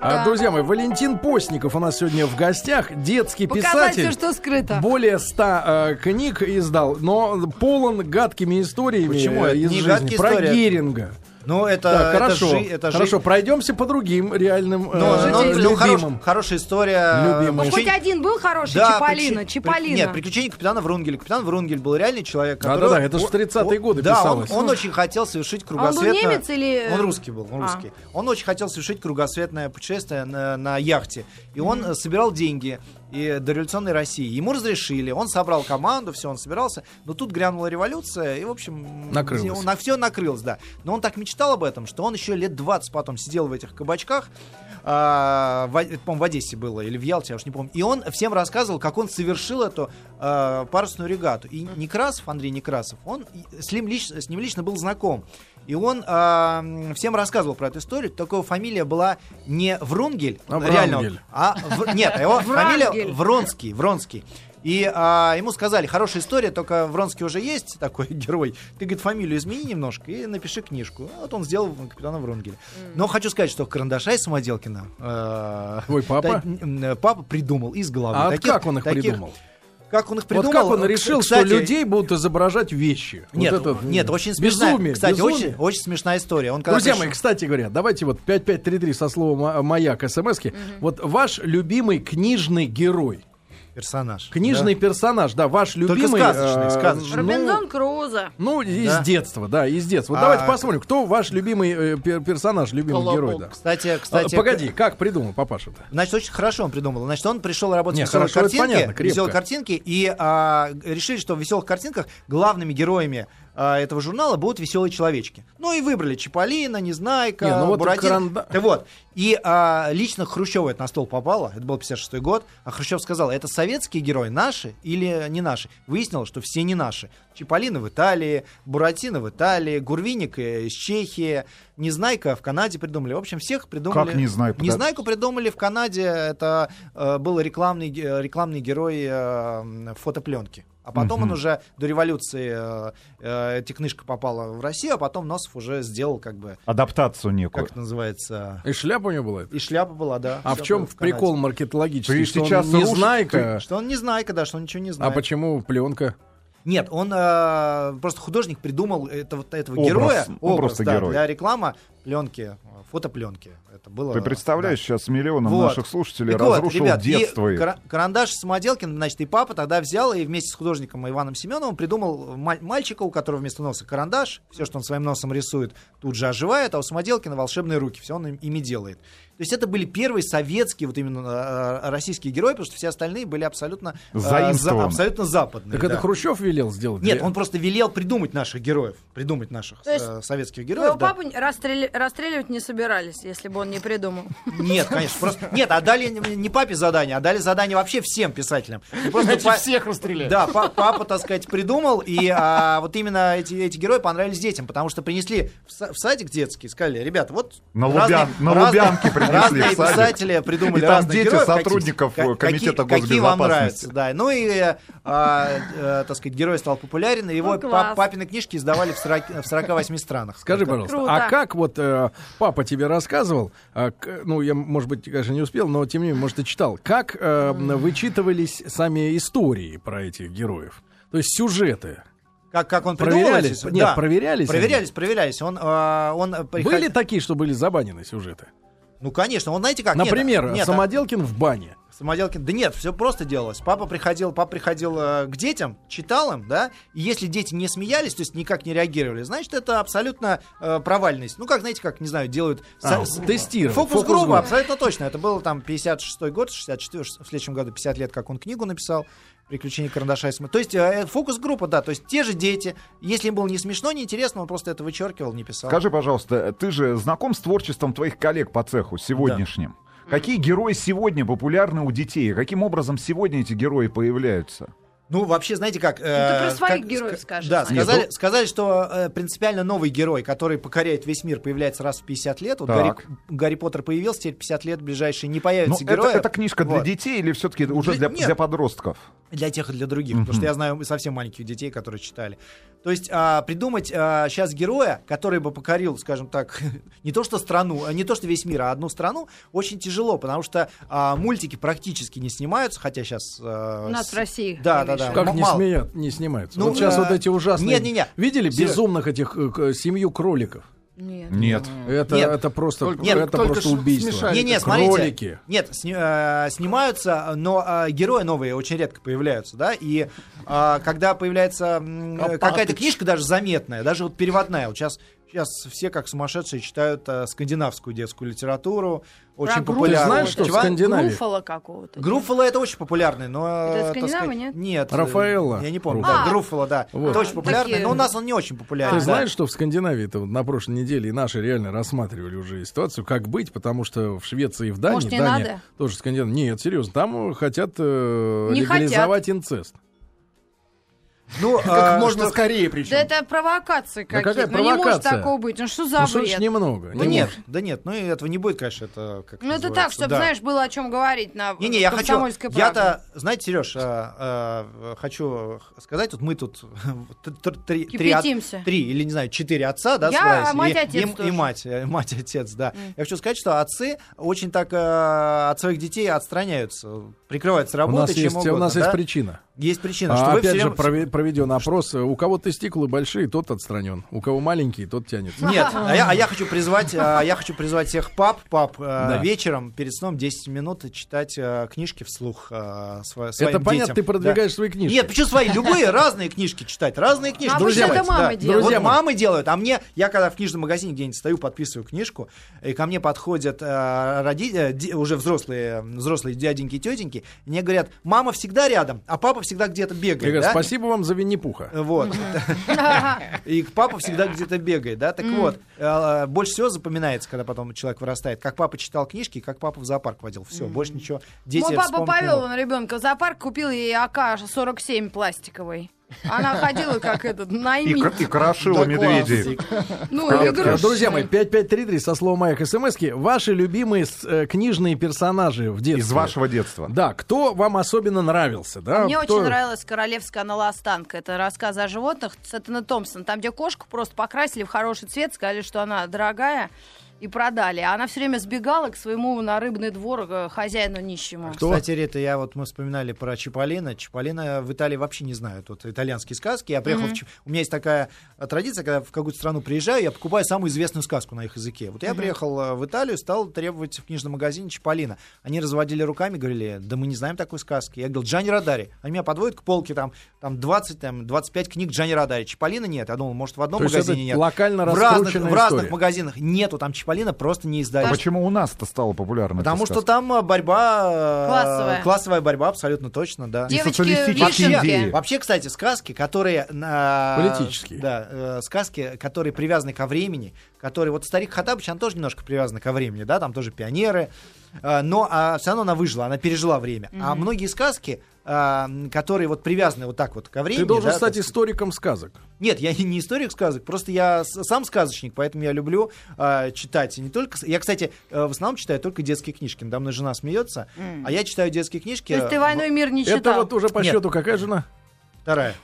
Speaker 1: А, друзья мои, Валентин Постников у нас сегодня в гостях, детский
Speaker 3: Показать
Speaker 1: писатель.
Speaker 3: все, что скрыто.
Speaker 1: Более ста э, книг издал, но полон гадкими историями
Speaker 4: Почему?
Speaker 1: э,
Speaker 4: Это
Speaker 1: из
Speaker 4: не
Speaker 1: жизни.
Speaker 4: гадкие
Speaker 1: Про
Speaker 4: истории.
Speaker 1: Геринга.
Speaker 4: Ну, это,
Speaker 1: Так,
Speaker 4: это
Speaker 1: хорошо.
Speaker 4: жи- это жи-
Speaker 1: хорошо, пройдемся по другим реальным
Speaker 4: Ну,
Speaker 1: э,
Speaker 4: ну, ну,
Speaker 1: любимым.
Speaker 4: хорош- хорошая история.
Speaker 1: Любимым.
Speaker 4: Ну,
Speaker 1: Ну,
Speaker 3: Хоть
Speaker 4: приключения-
Speaker 3: один был хороший,
Speaker 4: Да,
Speaker 3: Чиполлино,
Speaker 4: причи-
Speaker 3: Чиполлино.
Speaker 4: при- Нет, приключения капитана Врунгеля. Капитан Врунгель был реальный человек.
Speaker 1: Да,
Speaker 4: который-
Speaker 1: да, да, это ж в 30-е
Speaker 4: он-
Speaker 1: годы
Speaker 4: Да, он-
Speaker 1: писалось.
Speaker 4: он, очень хотел совершить
Speaker 3: А он был
Speaker 4: кругосветное...
Speaker 3: немец или...
Speaker 4: Он русский был, он
Speaker 3: А.
Speaker 4: русский. Он очень хотел совершить кругосветное путешествие на, на яхте. И он э, собирал деньги и до революционной России. Ему разрешили, он собрал команду, все, он собирался. Но тут грянула революция, и, в общем...
Speaker 1: Накрылось.
Speaker 4: На все накрылось, да. Но он так мечтал об этом, что он еще лет 20 потом сидел в этих кабачках. а, в, О- это, по-моему, в Одессе было, или в Ялте, я уж не помню. И он всем рассказывал, как он совершил эту а, парусную регату. И Некрасов, Андрей Некрасов, он и- с ним, лич- с ним лично был знаком. И он а, м, всем рассказывал про эту историю. Только его фамилия была не Врунгель,
Speaker 1: А
Speaker 4: реально,
Speaker 1: Врангель.
Speaker 4: а Вр- нет, его фамилия
Speaker 3: Врангель.
Speaker 4: Вронский, Вронский. И а, ему сказали, хорошая история, только Вронский уже есть такой герой. Ты, говорит, фамилию измени немножко и напиши книжку. Ну, Вот он сделал капитана Врунгеля. Но хочу сказать, что Карандаша из Самоделкина... э,
Speaker 1: Твой папа?
Speaker 4: та- м, э, папа придумал из головы.
Speaker 1: А вот
Speaker 4: Таких-
Speaker 1: как он их
Speaker 4: таких-
Speaker 1: придумал?
Speaker 4: Как он их придумал?
Speaker 1: вот как он
Speaker 4: э,
Speaker 1: решил,
Speaker 4: кстати,
Speaker 1: что людей будут изображать вещи? Вот
Speaker 4: Нет,
Speaker 1: это-
Speaker 4: нет, очень смешная.
Speaker 1: Безумие,
Speaker 4: кстати,
Speaker 1: безумие.
Speaker 4: Очень, очень смешная история. Он когда
Speaker 1: Друзья
Speaker 4: пришел-
Speaker 1: мои, кстати говоря, давайте вот «А, 5533 со словом «маяк» смс Вот ваш любимый книжный герой.
Speaker 4: персонаж.
Speaker 1: Книжный
Speaker 4: Да.
Speaker 1: персонаж, да, ваш любимый.
Speaker 4: сказочный,
Speaker 1: э,
Speaker 4: сказочный.
Speaker 1: ну,
Speaker 3: Робинзон Крузо.
Speaker 1: Ну, из
Speaker 4: Да.
Speaker 1: детства, да, из детства. Вот
Speaker 4: А,
Speaker 1: давайте
Speaker 4: а-
Speaker 1: посмотрим, кто ваш любимый э, пер- персонаж, любимый
Speaker 3: Колобок.
Speaker 1: герой, да.
Speaker 4: Кстати,
Speaker 1: А,
Speaker 4: кстати...
Speaker 1: Погоди, как придумал папаша-то?
Speaker 4: Значит, очень хорошо он придумал. Значит, он пришел работать
Speaker 1: Не,
Speaker 4: в веселых
Speaker 1: хорошо, это
Speaker 4: картинке,
Speaker 1: понятно, крепко.
Speaker 4: веселые картинки, и а, решили, что в веселых картинках главными героями а, этого журнала будут веселые человечки. Ну и выбрали Чаполина, Незнайка,
Speaker 1: Не, ну вот и
Speaker 4: Буратино.
Speaker 1: Каранда-
Speaker 4: Да вот. И а, лично Хрущева это на стол попало, это был 56-й год, а Хрущев сказал, это советские герои, наши или не наши? Выяснилось, что все не наши. Чиполлино в Италии, Буратино в Италии, Гурвиник э, из Чехии, Незнайка в Канаде придумали. В общем, всех придумали.
Speaker 2: Как Незнайка, да?
Speaker 4: Незнайку придумали в Канаде, это э, был рекламный, ге- рекламный герой э, фотопленки. А потом
Speaker 2: Мгм.
Speaker 4: он уже до революции, э, э, эта книжка попала в Россию, а потом Носов уже сделал как бы,
Speaker 2: Адаптацию некую.
Speaker 4: как это называется...
Speaker 1: И шляпа у него была. эта.
Speaker 4: И шляпа была, да.
Speaker 1: А в
Speaker 4: Шляпа
Speaker 1: чем
Speaker 4: была
Speaker 1: в
Speaker 4: Канаде.
Speaker 1: прикол маркетологический?
Speaker 2: Ты
Speaker 1: что
Speaker 2: сейчас
Speaker 1: он не
Speaker 2: рушишь,
Speaker 1: знайка,
Speaker 4: Что он не знайка, да, что он ничего не
Speaker 1: а
Speaker 4: знает.
Speaker 1: почему пленка?
Speaker 4: Нет, он э, просто художник придумал это, вот этого
Speaker 2: Образ,
Speaker 4: героя,
Speaker 2: ну,
Speaker 4: образ,
Speaker 2: просто
Speaker 4: да,
Speaker 2: герой.
Speaker 4: для реклама пленки, э, фотопленки. Это было.
Speaker 2: Ты представляешь, сейчас миллионам
Speaker 4: Вот.
Speaker 2: наших
Speaker 4: да.
Speaker 2: слушателей
Speaker 4: Так вот,
Speaker 2: разрушил
Speaker 4: ребят, и
Speaker 2: детство. их.
Speaker 4: кара- карандаш Самоделкин, значит, и папа тогда взял и вместе с художником Иваном Семеновым придумал маль- мальчика, у которого вместо носа карандаш, все, что он своим носом рисует, тут же оживает, а у Самоделкина волшебные руки, все он им- ими делает. То есть это были первые советские, вот именно э, российские герои, потому что все остальные были абсолютно, э, за-
Speaker 2: Заимствованы.
Speaker 4: абсолютно западные.
Speaker 1: Так это
Speaker 4: да.
Speaker 1: Хрущев велел сделать?
Speaker 4: Нет,
Speaker 1: Или-
Speaker 4: он просто велел придумать наших героев, придумать наших
Speaker 3: То есть
Speaker 4: э, советских
Speaker 3: Твоего
Speaker 4: героев. да.
Speaker 3: папу не- расстрели- расстреливать не собирались, если бы он не придумал. Ну,
Speaker 4: Нет, конечно, просто нет, отдали не- не папе задание, а дали задание вообще всем писателям. И Просто па-
Speaker 5: всех расстреляли.
Speaker 4: Да, па- папа, так сказать, придумал, и а, вот именно эти, эти герои понравились детям, потому что принесли в, са- в садик детский, сказали, ребят, вот
Speaker 2: На
Speaker 4: разные-
Speaker 2: Лубян- на
Speaker 4: разные-
Speaker 2: Лубянке принесли
Speaker 4: разные
Speaker 2: в садик.
Speaker 4: писатели придумали
Speaker 2: И там
Speaker 4: разных
Speaker 2: дети
Speaker 4: героев,
Speaker 2: сотрудников,
Speaker 4: какие-
Speaker 2: э, комитета
Speaker 4: какие, какие вам
Speaker 2: госбезопасности.
Speaker 4: нравятся, да. Ну и, э, а, э, так сказать, герой стал популярен, и его
Speaker 3: Ну, класс.
Speaker 4: па- папины книжки издавали в 40 в 48 странах.
Speaker 1: Скажи, пожалуйста,
Speaker 3: Круто.
Speaker 1: а как вот э, папа тебе рассказывал, а, к- ну, я, может быть, конечно, не успел, но тем не менее, может, и читал, как э, вычитывались сами истории про этих героев? То есть сюжеты.
Speaker 4: Как, как он придумал
Speaker 1: Проверялись?
Speaker 4: эти-
Speaker 1: Нет,
Speaker 4: да.
Speaker 1: проверялись? они?
Speaker 4: Проверялись, проверялись. Он, а, он э, приход-
Speaker 1: Были такие, что были забанены сюжеты?
Speaker 4: Ну, конечно, он, знаете как? нет,
Speaker 1: Например,
Speaker 4: нет, а-
Speaker 1: Самоделкин в бане.
Speaker 4: Самоделкин. Да нет, все просто делалось. Папа приходил, папа приходил э, к детям, читал им, да, и если дети не смеялись, то есть никак не реагировали, значит, это абсолютно э, провальность. Ну, как, знаете, как, не знаю, делают...
Speaker 1: А,
Speaker 4: со-
Speaker 1: тестировал.
Speaker 4: Фокус,
Speaker 1: Фокус
Speaker 4: группа,
Speaker 1: группа.
Speaker 4: абсолютно точно. Это было там 56-й год, 64 в следующем году 50 лет, как он книгу написал. Приключения карандаша и смы. То есть э, фокус группа, да, то есть те же дети. Если им было не смешно, не интересно, он просто это вычеркивал, не писал.
Speaker 2: Скажи, пожалуйста, ты же знаком с творчеством твоих коллег по цеху сегодняшним? Какие герои сегодня популярны у детей? Каким образом сегодня эти герои появляются?
Speaker 4: Ну, вообще, знаете как...
Speaker 3: ты
Speaker 4: э,
Speaker 3: про своих
Speaker 4: как-
Speaker 3: героев
Speaker 4: ска-
Speaker 3: скажи,
Speaker 4: Да,
Speaker 3: Саня.
Speaker 4: сказали,
Speaker 2: Нет,
Speaker 4: сказали, что э, принципиально новый герой, который покоряет весь мир, появляется раз в 50 лет. Вот Гарри,
Speaker 2: Так.
Speaker 4: Гарри Поттер появился, теперь 50 лет ближайшие не
Speaker 2: Ну,
Speaker 4: появится
Speaker 2: это,
Speaker 4: героя.
Speaker 2: это книжка для
Speaker 4: Э, Вот.
Speaker 2: детей или все-таки уже
Speaker 4: Для-
Speaker 2: для,
Speaker 4: нет.
Speaker 2: для подростков?
Speaker 4: Для тех и для других,
Speaker 2: Мгм.
Speaker 4: потому что я знаю совсем маленьких детей, которые читали. То есть а, придумать сейчас героя, который бы покорил, скажем так, не то что страну, а не то что весь мир, а одну страну, очень тяжело, потому что а, мультики практически не снимаются, хотя а, сейчас...
Speaker 3: У нас в России.
Speaker 4: Да,
Speaker 3: ты имеешь
Speaker 4: да,
Speaker 3: в виду.
Speaker 4: да.
Speaker 1: Как
Speaker 4: м-
Speaker 1: не
Speaker 4: мало.
Speaker 1: смеют, не снимаются.
Speaker 4: Ну,
Speaker 1: вот сейчас
Speaker 4: э,
Speaker 1: вот эти ужасные...
Speaker 4: не-не-не.
Speaker 1: Видели
Speaker 4: Серёж.
Speaker 1: безумных этих э, к- семью кроликов?
Speaker 3: Нет.
Speaker 2: Нет.
Speaker 1: Это,
Speaker 4: Нет.
Speaker 1: это просто,
Speaker 5: Только-
Speaker 1: это
Speaker 5: только
Speaker 1: просто
Speaker 5: ш-
Speaker 1: убийство.
Speaker 5: смешали.
Speaker 4: Не, не, смотрите.
Speaker 1: Кролики.
Speaker 4: Нет, сни- э, снимаются, но э, герои новые очень редко появляются, да. И э, когда появляется м,
Speaker 1: А
Speaker 4: э, какая-то книжка, даже заметная, даже вот переводная, вот сейчас сейчас все как сумасшедшие читают э, скандинавскую детскую литературу, очень
Speaker 3: Гру-
Speaker 4: популярную.
Speaker 1: Ты знаешь, что в
Speaker 4: Чего?
Speaker 1: Скандинавии?
Speaker 3: Груфала какого-то.
Speaker 4: Груффало это очень популярный, но... э,
Speaker 3: Это
Speaker 4: так
Speaker 3: скандинавы,
Speaker 4: сказать,
Speaker 3: нет?
Speaker 4: Нет. э,
Speaker 1: Рафаэлло.
Speaker 4: Я не помню.
Speaker 1: Груффало.
Speaker 4: Да,
Speaker 3: А.
Speaker 4: Груффало, да.
Speaker 1: Вот.
Speaker 4: Это очень популярный,
Speaker 3: Такие-
Speaker 4: но у нас он не очень популярный.
Speaker 1: Ты
Speaker 4: А, да.
Speaker 1: знаешь, что в Скандинавии то на прошлой неделе и наши реально рассматривали уже ситуацию, как быть, потому что в Швеции и в Дании,
Speaker 3: Может, не
Speaker 1: Дания
Speaker 3: надо?
Speaker 1: тоже Скандинавия. Нет, серьезно, там э, хотят э,
Speaker 3: Не
Speaker 1: легализовать инцест.
Speaker 4: Ну,
Speaker 5: Как
Speaker 4: э,
Speaker 5: можно
Speaker 4: что-
Speaker 5: скорее причем.
Speaker 3: Да это провокации
Speaker 1: Да
Speaker 3: какие-то.
Speaker 1: какая
Speaker 3: Ну не может
Speaker 1: провокация?
Speaker 3: такого быть. Ну что за
Speaker 1: Ну что ж
Speaker 3: бред?
Speaker 1: немного?
Speaker 4: Да
Speaker 1: не
Speaker 4: нет,
Speaker 1: может.
Speaker 4: да нет, ну и этого не будет, конечно, это как
Speaker 3: Ну это так,
Speaker 4: называется,
Speaker 3: чтобы,
Speaker 4: да.
Speaker 3: знаешь, было о чем говорить на
Speaker 4: Не-не, я хочу,
Speaker 3: «Комсомольской правде».
Speaker 4: я-то, знаете, Сереж, а, а, хочу сказать, вот мы тут т- т- три, три, от-
Speaker 3: Кипятимся.
Speaker 4: три или, не знаю, четыре отца, да,
Speaker 3: Я,
Speaker 4: собрались,
Speaker 3: а мать,
Speaker 4: и,
Speaker 3: отец
Speaker 4: и- и
Speaker 3: тоже.
Speaker 4: мать, э, мать, отец, да.
Speaker 3: М.
Speaker 4: Я хочу сказать, что отцы очень так э, от своих детей отстраняются, прикрываются
Speaker 1: У нас,
Speaker 4: работой, чем
Speaker 1: есть, у
Speaker 4: угодно,
Speaker 1: нас
Speaker 4: да. ну,
Speaker 1: есть причина.
Speaker 4: Есть причина, что
Speaker 1: А
Speaker 4: вы
Speaker 1: опять
Speaker 4: всё
Speaker 1: же
Speaker 4: время-
Speaker 1: прове- проведен опрос. э, У кого тестикулы большие, тот отстранен. У кого маленькие, тот тянется.
Speaker 4: Нет, а я, а я хочу призвать, а, я хочу призвать всех пап, пап, э,
Speaker 1: Да.
Speaker 4: вечером перед сном 10 минут читать э, книжки вслух э, сво- своим
Speaker 1: Это понятно,
Speaker 4: детям.
Speaker 1: ты
Speaker 4: Да.
Speaker 1: продвигаешь свои книжки.
Speaker 4: Нет, почему свои? Любые разные книжки читать, разные книжки.
Speaker 3: Обычно
Speaker 4: друзья
Speaker 3: это
Speaker 4: мои,
Speaker 3: мамы
Speaker 4: да.
Speaker 3: делают.
Speaker 1: Друзья
Speaker 4: Вот
Speaker 1: мои.
Speaker 4: мамы делают, а мне, я когда в книжном магазине где-нибудь стою, подписываю книжку, и ко мне подходят э, роди- э, ди- уже взрослые, э, взрослые дяденьки и тетеньки, и мне говорят, мама всегда рядом, а папа всегда где-то
Speaker 1: Я
Speaker 4: бегает.
Speaker 1: говорю,
Speaker 4: да?
Speaker 1: спасибо вам за Винни-Пуха.
Speaker 4: Вот. И папа всегда где-то бегает, да? Так вот, э, больше всего запоминается, когда потом человек вырастает, как папа читал книжки, и как папа в зоопарк водил. Все, больше ничего. Дети
Speaker 3: Мой папа
Speaker 4: вспомнить не
Speaker 3: повел
Speaker 4: могут.
Speaker 3: он ребенка в зоопарк, купил ей АК-47 пластиковый. Она ходила как этот,
Speaker 2: И,
Speaker 3: наймит.
Speaker 2: кр- и крошила
Speaker 4: Да
Speaker 2: медведей.
Speaker 3: Ну,
Speaker 2: клетке.
Speaker 3: игрушечный.
Speaker 1: Друзья мои, 5533 со словом моих смс Ваши любимые с- э, книжные персонажи в детстве.
Speaker 2: Из вашего детства.
Speaker 1: Да, кто вам особенно нравился, да?
Speaker 5: А Мне
Speaker 1: Кто-
Speaker 5: очень нравилась «Королевская наластанка». Это рассказ о животных Сеттона Томпсон. Там, где кошку просто покрасили в хороший цвет, сказали, что она дорогая, и продали. А она все время сбегала к своему на рыбный двор э, хозяину нищему.
Speaker 1: Кто?
Speaker 4: Кстати, Рита, я вот мы вспоминали про Чиполлино. Чиполлино в Италии вообще не знают. Вот итальянские сказки. Я приехал в Чи- У меня есть такая э, традиция, когда в какую-то страну приезжаю, я покупаю самую известную сказку на их языке. Вот я приехал э, в Италию, стал требовать в книжном магазине Чиполлино. Они разводили руками, говорили, да мы не знаем такой сказки. Я говорил, Джани Радари. Они меня подводят к полке, там, там 20, там, 25 книг Джани Радари. Чиполлино нет. Я думал, может, в одном
Speaker 1: То есть
Speaker 4: магазине
Speaker 1: это
Speaker 4: нет.
Speaker 1: локально
Speaker 4: в разных,
Speaker 1: раскрученная
Speaker 4: в разных
Speaker 1: история.
Speaker 4: магазинах нету. Там Чиполлино просто не издают.
Speaker 2: Почему у нас это стало популярно?
Speaker 4: Потому что там а, борьба... э,
Speaker 5: Классовая.
Speaker 4: Классовая борьба, абсолютно точно, да.
Speaker 2: И
Speaker 5: Девочки
Speaker 2: социалистические
Speaker 5: вишенки.
Speaker 2: идеи.
Speaker 4: Вообще, кстати, сказки, которые... на-
Speaker 1: Политические.
Speaker 4: Да, э, сказки, которые привязаны ко времени, которые... Вот «Старик Хатабыч», она тоже немножко привязана ко времени, да, там тоже пионеры, э, но все равно она выжила, она пережила время. А многие сказки, а, м, которые вот привязаны вот так вот ко времени...
Speaker 1: Ты должен
Speaker 4: да,
Speaker 1: стать
Speaker 4: так-
Speaker 1: историком сказок.
Speaker 4: нет, я не историк сказок, просто я с- сам сказочник, поэтому я люблю а, читать. И не только... с- Я, кстати, э, в основном читаю только детские книжки. Надо мной жена смеется, а я читаю детские книжки.
Speaker 5: То есть ты
Speaker 4: э,
Speaker 5: «Войну и мир» не
Speaker 1: Это
Speaker 5: читал?
Speaker 1: вот уже по
Speaker 4: Нет.
Speaker 1: счету какая жена?
Speaker 4: Вторая.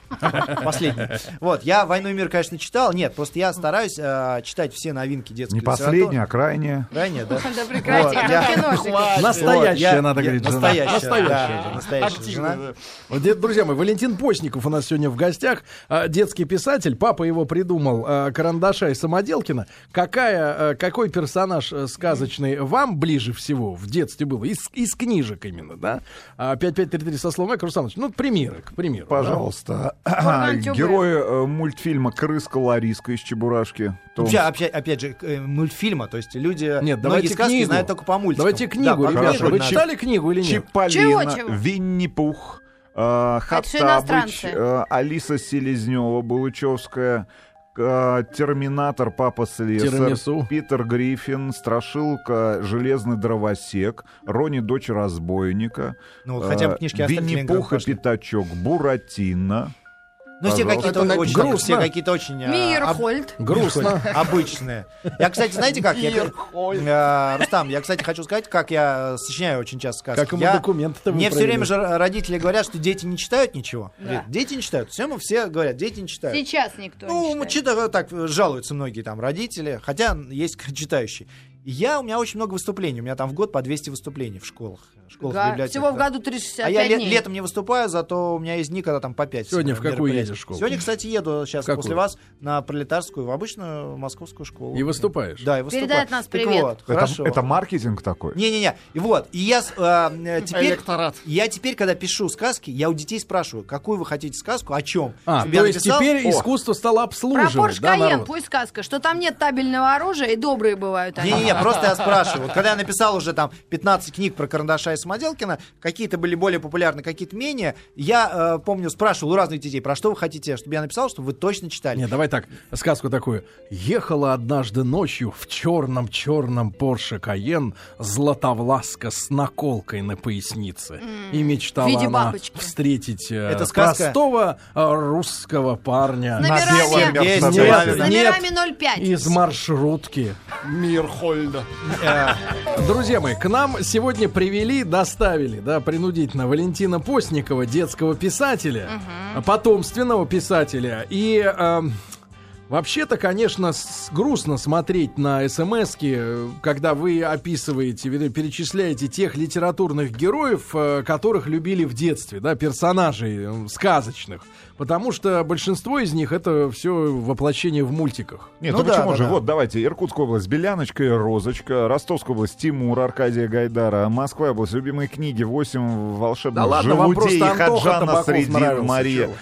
Speaker 4: Последняя. Вот, я «Войну и мир», конечно, читал. Нет, просто я стараюсь э, читать все новинки детской
Speaker 2: Не последняя, а крайняя.
Speaker 4: Ранее, да?
Speaker 3: Да прекрати,
Speaker 4: Вот,
Speaker 3: как
Speaker 4: я-
Speaker 3: киношники.
Speaker 1: Настоящая,
Speaker 4: Вот, я-
Speaker 1: надо
Speaker 4: я-
Speaker 1: говорить, жена.
Speaker 4: Настоящая.
Speaker 1: Настоящая
Speaker 4: да,
Speaker 1: жена.
Speaker 4: настоящая жена.
Speaker 1: Вот, дед- друзья мои, Валентин Постников у нас сегодня в гостях, а, детский писатель, папа его придумал, а, Карандаша и Самоделкина. Какая, а, какой персонаж а, сказочный вам ближе всего в детстве был? Из, из книжек именно, да? А, 5533 со словом Эко, Руслан Ильич, ну, примеры, к примеру.
Speaker 2: Пожалуйста.
Speaker 3: Курган Тюбе.
Speaker 2: Герои э, мультфильма «Крыска Лариска» из Чебурашки. Том.
Speaker 4: Вообще, опять, опять же, к- э, мультфильма, то есть люди
Speaker 1: Нет,
Speaker 4: многие
Speaker 1: давайте
Speaker 4: сказки
Speaker 1: книгу.
Speaker 4: знают только по мультикам.
Speaker 1: Давайте книгу,
Speaker 4: Да, по
Speaker 1: ребята.
Speaker 4: книгам
Speaker 1: Вы
Speaker 4: надо.
Speaker 1: читали книгу или нет?
Speaker 2: Чиполлино,
Speaker 5: Чего-чего?
Speaker 2: Винни-Пух, э,
Speaker 5: всё
Speaker 2: Хаттабыч,
Speaker 5: иностранцы.
Speaker 2: э, Алиса Селезнева, Булычевская, э, Терминатор, Папа Слесарь,
Speaker 1: Тирамису.
Speaker 2: Питер Гриффин, Страшилка, Железный Дровосек, Рони, Дочь Разбойника,
Speaker 4: Ну, вот хотя бы
Speaker 2: э,
Speaker 4: книжки оставьте
Speaker 2: Винни-Пух и
Speaker 4: Ленинград,
Speaker 2: Пятачок, Буратино.
Speaker 4: Ну, все
Speaker 2: Пожалуйста.
Speaker 4: какие-то
Speaker 1: Это на-
Speaker 4: очень,
Speaker 1: грустно.
Speaker 4: все какие-то очень а, об-
Speaker 3: Мейерхольд.
Speaker 1: Грустно.
Speaker 4: обычные. Я, кстати, знаете как? Я, э, Рустам, я, кстати, хочу сказать, как я сочиняю очень часто сказки.
Speaker 1: Как ему
Speaker 4: Я-
Speaker 1: документы-то
Speaker 4: Мне все
Speaker 1: выправили. А,
Speaker 4: время же р- родители говорят, что дети не читают ничего.
Speaker 5: Да.
Speaker 4: Говорят, Дети не читают. Все, мы все говорят, дети не читают.
Speaker 5: Сейчас никто
Speaker 4: Ну,
Speaker 5: не читает.
Speaker 4: читаю, так э, жалуются многие там родители, хотя есть читающие. И Я, у меня очень много выступлений. У меня там в год по 200 выступлений в школах. в школах,
Speaker 5: Га-
Speaker 4: библиотеках,
Speaker 5: Всего в
Speaker 4: да.
Speaker 5: году 365
Speaker 4: А я ле-
Speaker 5: дней.
Speaker 4: летом не выступаю, зато у меня есть дни, когда там по 5.
Speaker 1: Сегодня в какую едешь школу?
Speaker 4: Сегодня, кстати, еду сейчас
Speaker 1: В какую?
Speaker 4: после вас на пролетарскую, в обычную московскую школу.
Speaker 1: И выступаешь.
Speaker 4: Да, и выступаю.
Speaker 5: Передает нас
Speaker 4: Так
Speaker 5: привет.
Speaker 4: вот,
Speaker 2: Это,
Speaker 4: хорошо.
Speaker 2: это маркетинг такой?
Speaker 4: Не-не-не. И вот, и я с- э, э, теперь... Я теперь, когда пишу сказки, я у детей спрашиваю, какую вы хотите сказку, о чем.
Speaker 1: А,
Speaker 4: Чтобы я
Speaker 1: то есть
Speaker 4: написал-
Speaker 1: теперь
Speaker 4: О,
Speaker 1: искусство стало
Speaker 5: Про
Speaker 1: обслуживать,
Speaker 5: Порш
Speaker 1: да,
Speaker 5: Каен,
Speaker 1: народ?
Speaker 5: пусть сказка, что там нет табельного оружия, и добрые бывают они.
Speaker 4: Не-не-не, просто я спрашиваю. Вот когда я написал уже там 15 книг про Карандаша и Самоделкина, какие-то были более популярны, какие-то менее, я, э, помню, спрашивал у разных детей, про что вы хотите, чтобы я написал, чтобы вы точно читали.
Speaker 1: Нет, давай так, сказку такую. Ехала однажды ночью в черном-черном Порше Каен златовласка с наколкой на пояснице. И мечтала
Speaker 5: в виде
Speaker 1: она
Speaker 5: бабочки.
Speaker 1: встретить э,
Speaker 4: Это сказка?
Speaker 1: простого э, русского парня
Speaker 5: Набирали.
Speaker 4: Есть,
Speaker 1: Нет,
Speaker 4: правильно.
Speaker 5: С номерами 05.
Speaker 1: из маршрутки.
Speaker 4: Э,
Speaker 1: Друзья мои, к нам сегодня привели, доставили, да, принудительно Валентина Постникова, детского писателя, потомственного писателя и... эм, Вообще-то, конечно, с- грустно смотреть на смс когда вы описываете, вернее, перечисляете тех литературных героев, э, которых любили в детстве, да, персонажей э, сказочных. Потому что большинство из них это все воплощение в мультиках.
Speaker 2: Нет,
Speaker 4: Ну
Speaker 2: ну
Speaker 4: да,
Speaker 2: почему
Speaker 4: да,
Speaker 2: же?
Speaker 4: да.
Speaker 2: Вот, давайте, Иркутская область, Беляночка и Розочка, Ростовская область, Тимур, Аркадия Гайдара, Москва область, любимые книги, 8 волшебных
Speaker 1: Да ладно, вам
Speaker 2: желудей,
Speaker 1: просто Антоха
Speaker 2: Хаджана
Speaker 1: Табаков
Speaker 2: среди
Speaker 1: нравился,
Speaker 2: Мария.
Speaker 1: чего вы.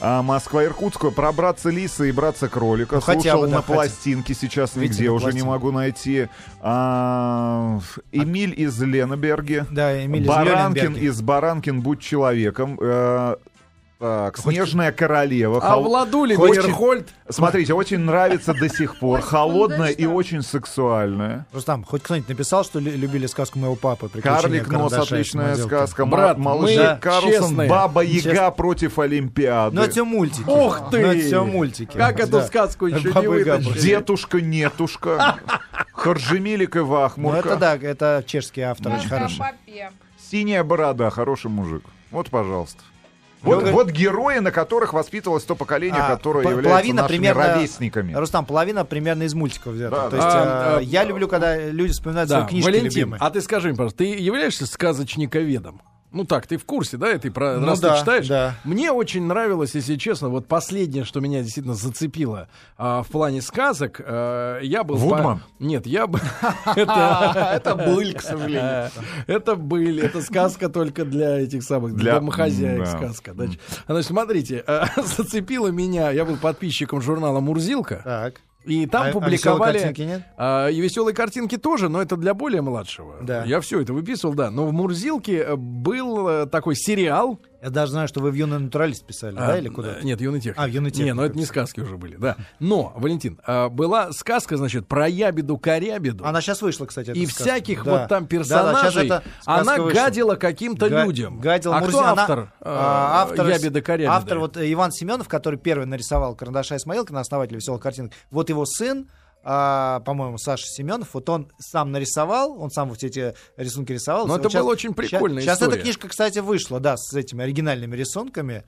Speaker 2: А Москва, Иркутская, про братца Лиса и братца Кролика.
Speaker 4: Ну, хотя
Speaker 2: Слушал
Speaker 4: бы, да,
Speaker 2: на
Speaker 4: хотя.
Speaker 2: пластинке, сейчас
Speaker 4: Видите,
Speaker 2: нигде
Speaker 4: на
Speaker 2: уже не
Speaker 4: пластинке.
Speaker 2: могу найти. А, Эмиль из Леноберги.
Speaker 4: Да, Эмиль из
Speaker 2: Баранкин
Speaker 4: Лёленберга.
Speaker 2: из Баранкин «Будь человеком». Э, так,
Speaker 4: Хоть-
Speaker 2: Снежная королева.
Speaker 1: А
Speaker 2: Хол-
Speaker 1: Владули,
Speaker 2: Очень-
Speaker 1: Мирхольд,
Speaker 2: Смотрите, очень нравится до сих пор.
Speaker 5: Ой,
Speaker 2: Холодная
Speaker 5: ну да
Speaker 2: и
Speaker 5: что?
Speaker 2: очень сексуальная.
Speaker 4: Рустам, хоть кто-нибудь написал, что лю- любили сказку моего папы? «Приключения
Speaker 2: Карлик Нос,
Speaker 4: карандаша и
Speaker 2: отличная
Speaker 4: самоделки»?
Speaker 2: сказка.
Speaker 1: Брат,
Speaker 2: Брат, малыш
Speaker 1: мы
Speaker 2: Жак Карлсон,
Speaker 1: честные.
Speaker 2: Баба
Speaker 4: Честно.
Speaker 2: Яга против Олимпиады.
Speaker 4: Ну, это все мультики.
Speaker 1: Ух ты!
Speaker 4: Ну, это все мультики.
Speaker 1: как эту
Speaker 4: Да.
Speaker 1: сказку еще не
Speaker 4: Баба Яга
Speaker 1: вытащили?
Speaker 2: Детушка, нетушка. Харджимилик и
Speaker 4: Ну, это
Speaker 2: Вахмурка.
Speaker 4: да, это чешский автор, очень хороший.
Speaker 2: Синяя борода, хороший мужик. Вот, пожалуйста. Вот,
Speaker 4: Лёга-
Speaker 2: вот герои, на которых воспитывалось то поколение,
Speaker 4: А,
Speaker 2: которое
Speaker 4: п-
Speaker 2: является
Speaker 4: половина
Speaker 2: нашими
Speaker 4: примерно-
Speaker 2: ровесниками.
Speaker 4: Рустам, половина примерно из мультиков взята.
Speaker 2: Да,
Speaker 4: То
Speaker 2: да.
Speaker 4: есть
Speaker 1: А,
Speaker 4: э,
Speaker 1: а,
Speaker 4: я люблю, когда люди вспоминают
Speaker 1: Да,
Speaker 4: свои книжки
Speaker 1: Валентин,
Speaker 4: любимые.
Speaker 1: а ты скажи мне, пожалуйста, ты являешься сказочниковедом? Ну так, ты в курсе, да, и ты про,
Speaker 4: Ну
Speaker 1: раз
Speaker 4: да,
Speaker 1: ты читаешь?
Speaker 4: да.
Speaker 1: Мне очень нравилось, если честно, вот последнее, что меня действительно зацепило а, в плане сказок, а, я был...
Speaker 2: Вудман?
Speaker 1: Нет, я бы... Это это быль, к сожалению. Это быль, это сказка только для этих самых, для
Speaker 2: Для-
Speaker 1: домохозяек
Speaker 2: да.
Speaker 1: сказка. Значит, Значит, смотрите, а, зацепило меня, я был подписчиком журнала «Мурзилка»,
Speaker 4: Так.
Speaker 1: и там
Speaker 4: А- а веселой
Speaker 1: публиковали...
Speaker 4: картинки нет?
Speaker 1: А, и веселые картинки тоже, но это для более младшего.
Speaker 4: Да.
Speaker 1: Я все это выписывал, да. Но в Мурзилке э, был э, такой сериал.
Speaker 4: Я даже знаю, что вы в юный натуралист писали, да,
Speaker 1: А,
Speaker 4: или куда?
Speaker 1: э, Нет, юный техник.
Speaker 4: А, юный
Speaker 1: Не,
Speaker 4: техник.
Speaker 1: но это не сказки уже были, да. Но, Валентин, а, была сказка, значит, про ябеду-корябеду.
Speaker 4: Она сейчас вышла, кстати, эта
Speaker 1: И
Speaker 4: сказка.
Speaker 1: всяких
Speaker 4: Да.
Speaker 1: вот там
Speaker 4: Да, да, щас
Speaker 1: персонажей
Speaker 4: эта сказка
Speaker 1: она
Speaker 4: вышла.
Speaker 1: гадила каким-то
Speaker 4: Га-
Speaker 1: людям.
Speaker 4: гадила
Speaker 1: а
Speaker 4: Мурзи-
Speaker 1: кто
Speaker 4: она-
Speaker 1: автор? э,
Speaker 4: а, автор,
Speaker 1: Ябеда-корябеда.
Speaker 4: автор вот э, Иван Семенов, который первый нарисовал карандаша Исмаилка на основателе веселых картинок. Вот его сын, а, по-моему, Саша Семенов, вот он сам нарисовал, он сам вот эти рисунки рисовал.
Speaker 1: Но Ну, это было очень прикольная
Speaker 4: Сейчас эта
Speaker 1: история.
Speaker 4: книжка, кстати, вышла, да, с этими оригинальными рисунками.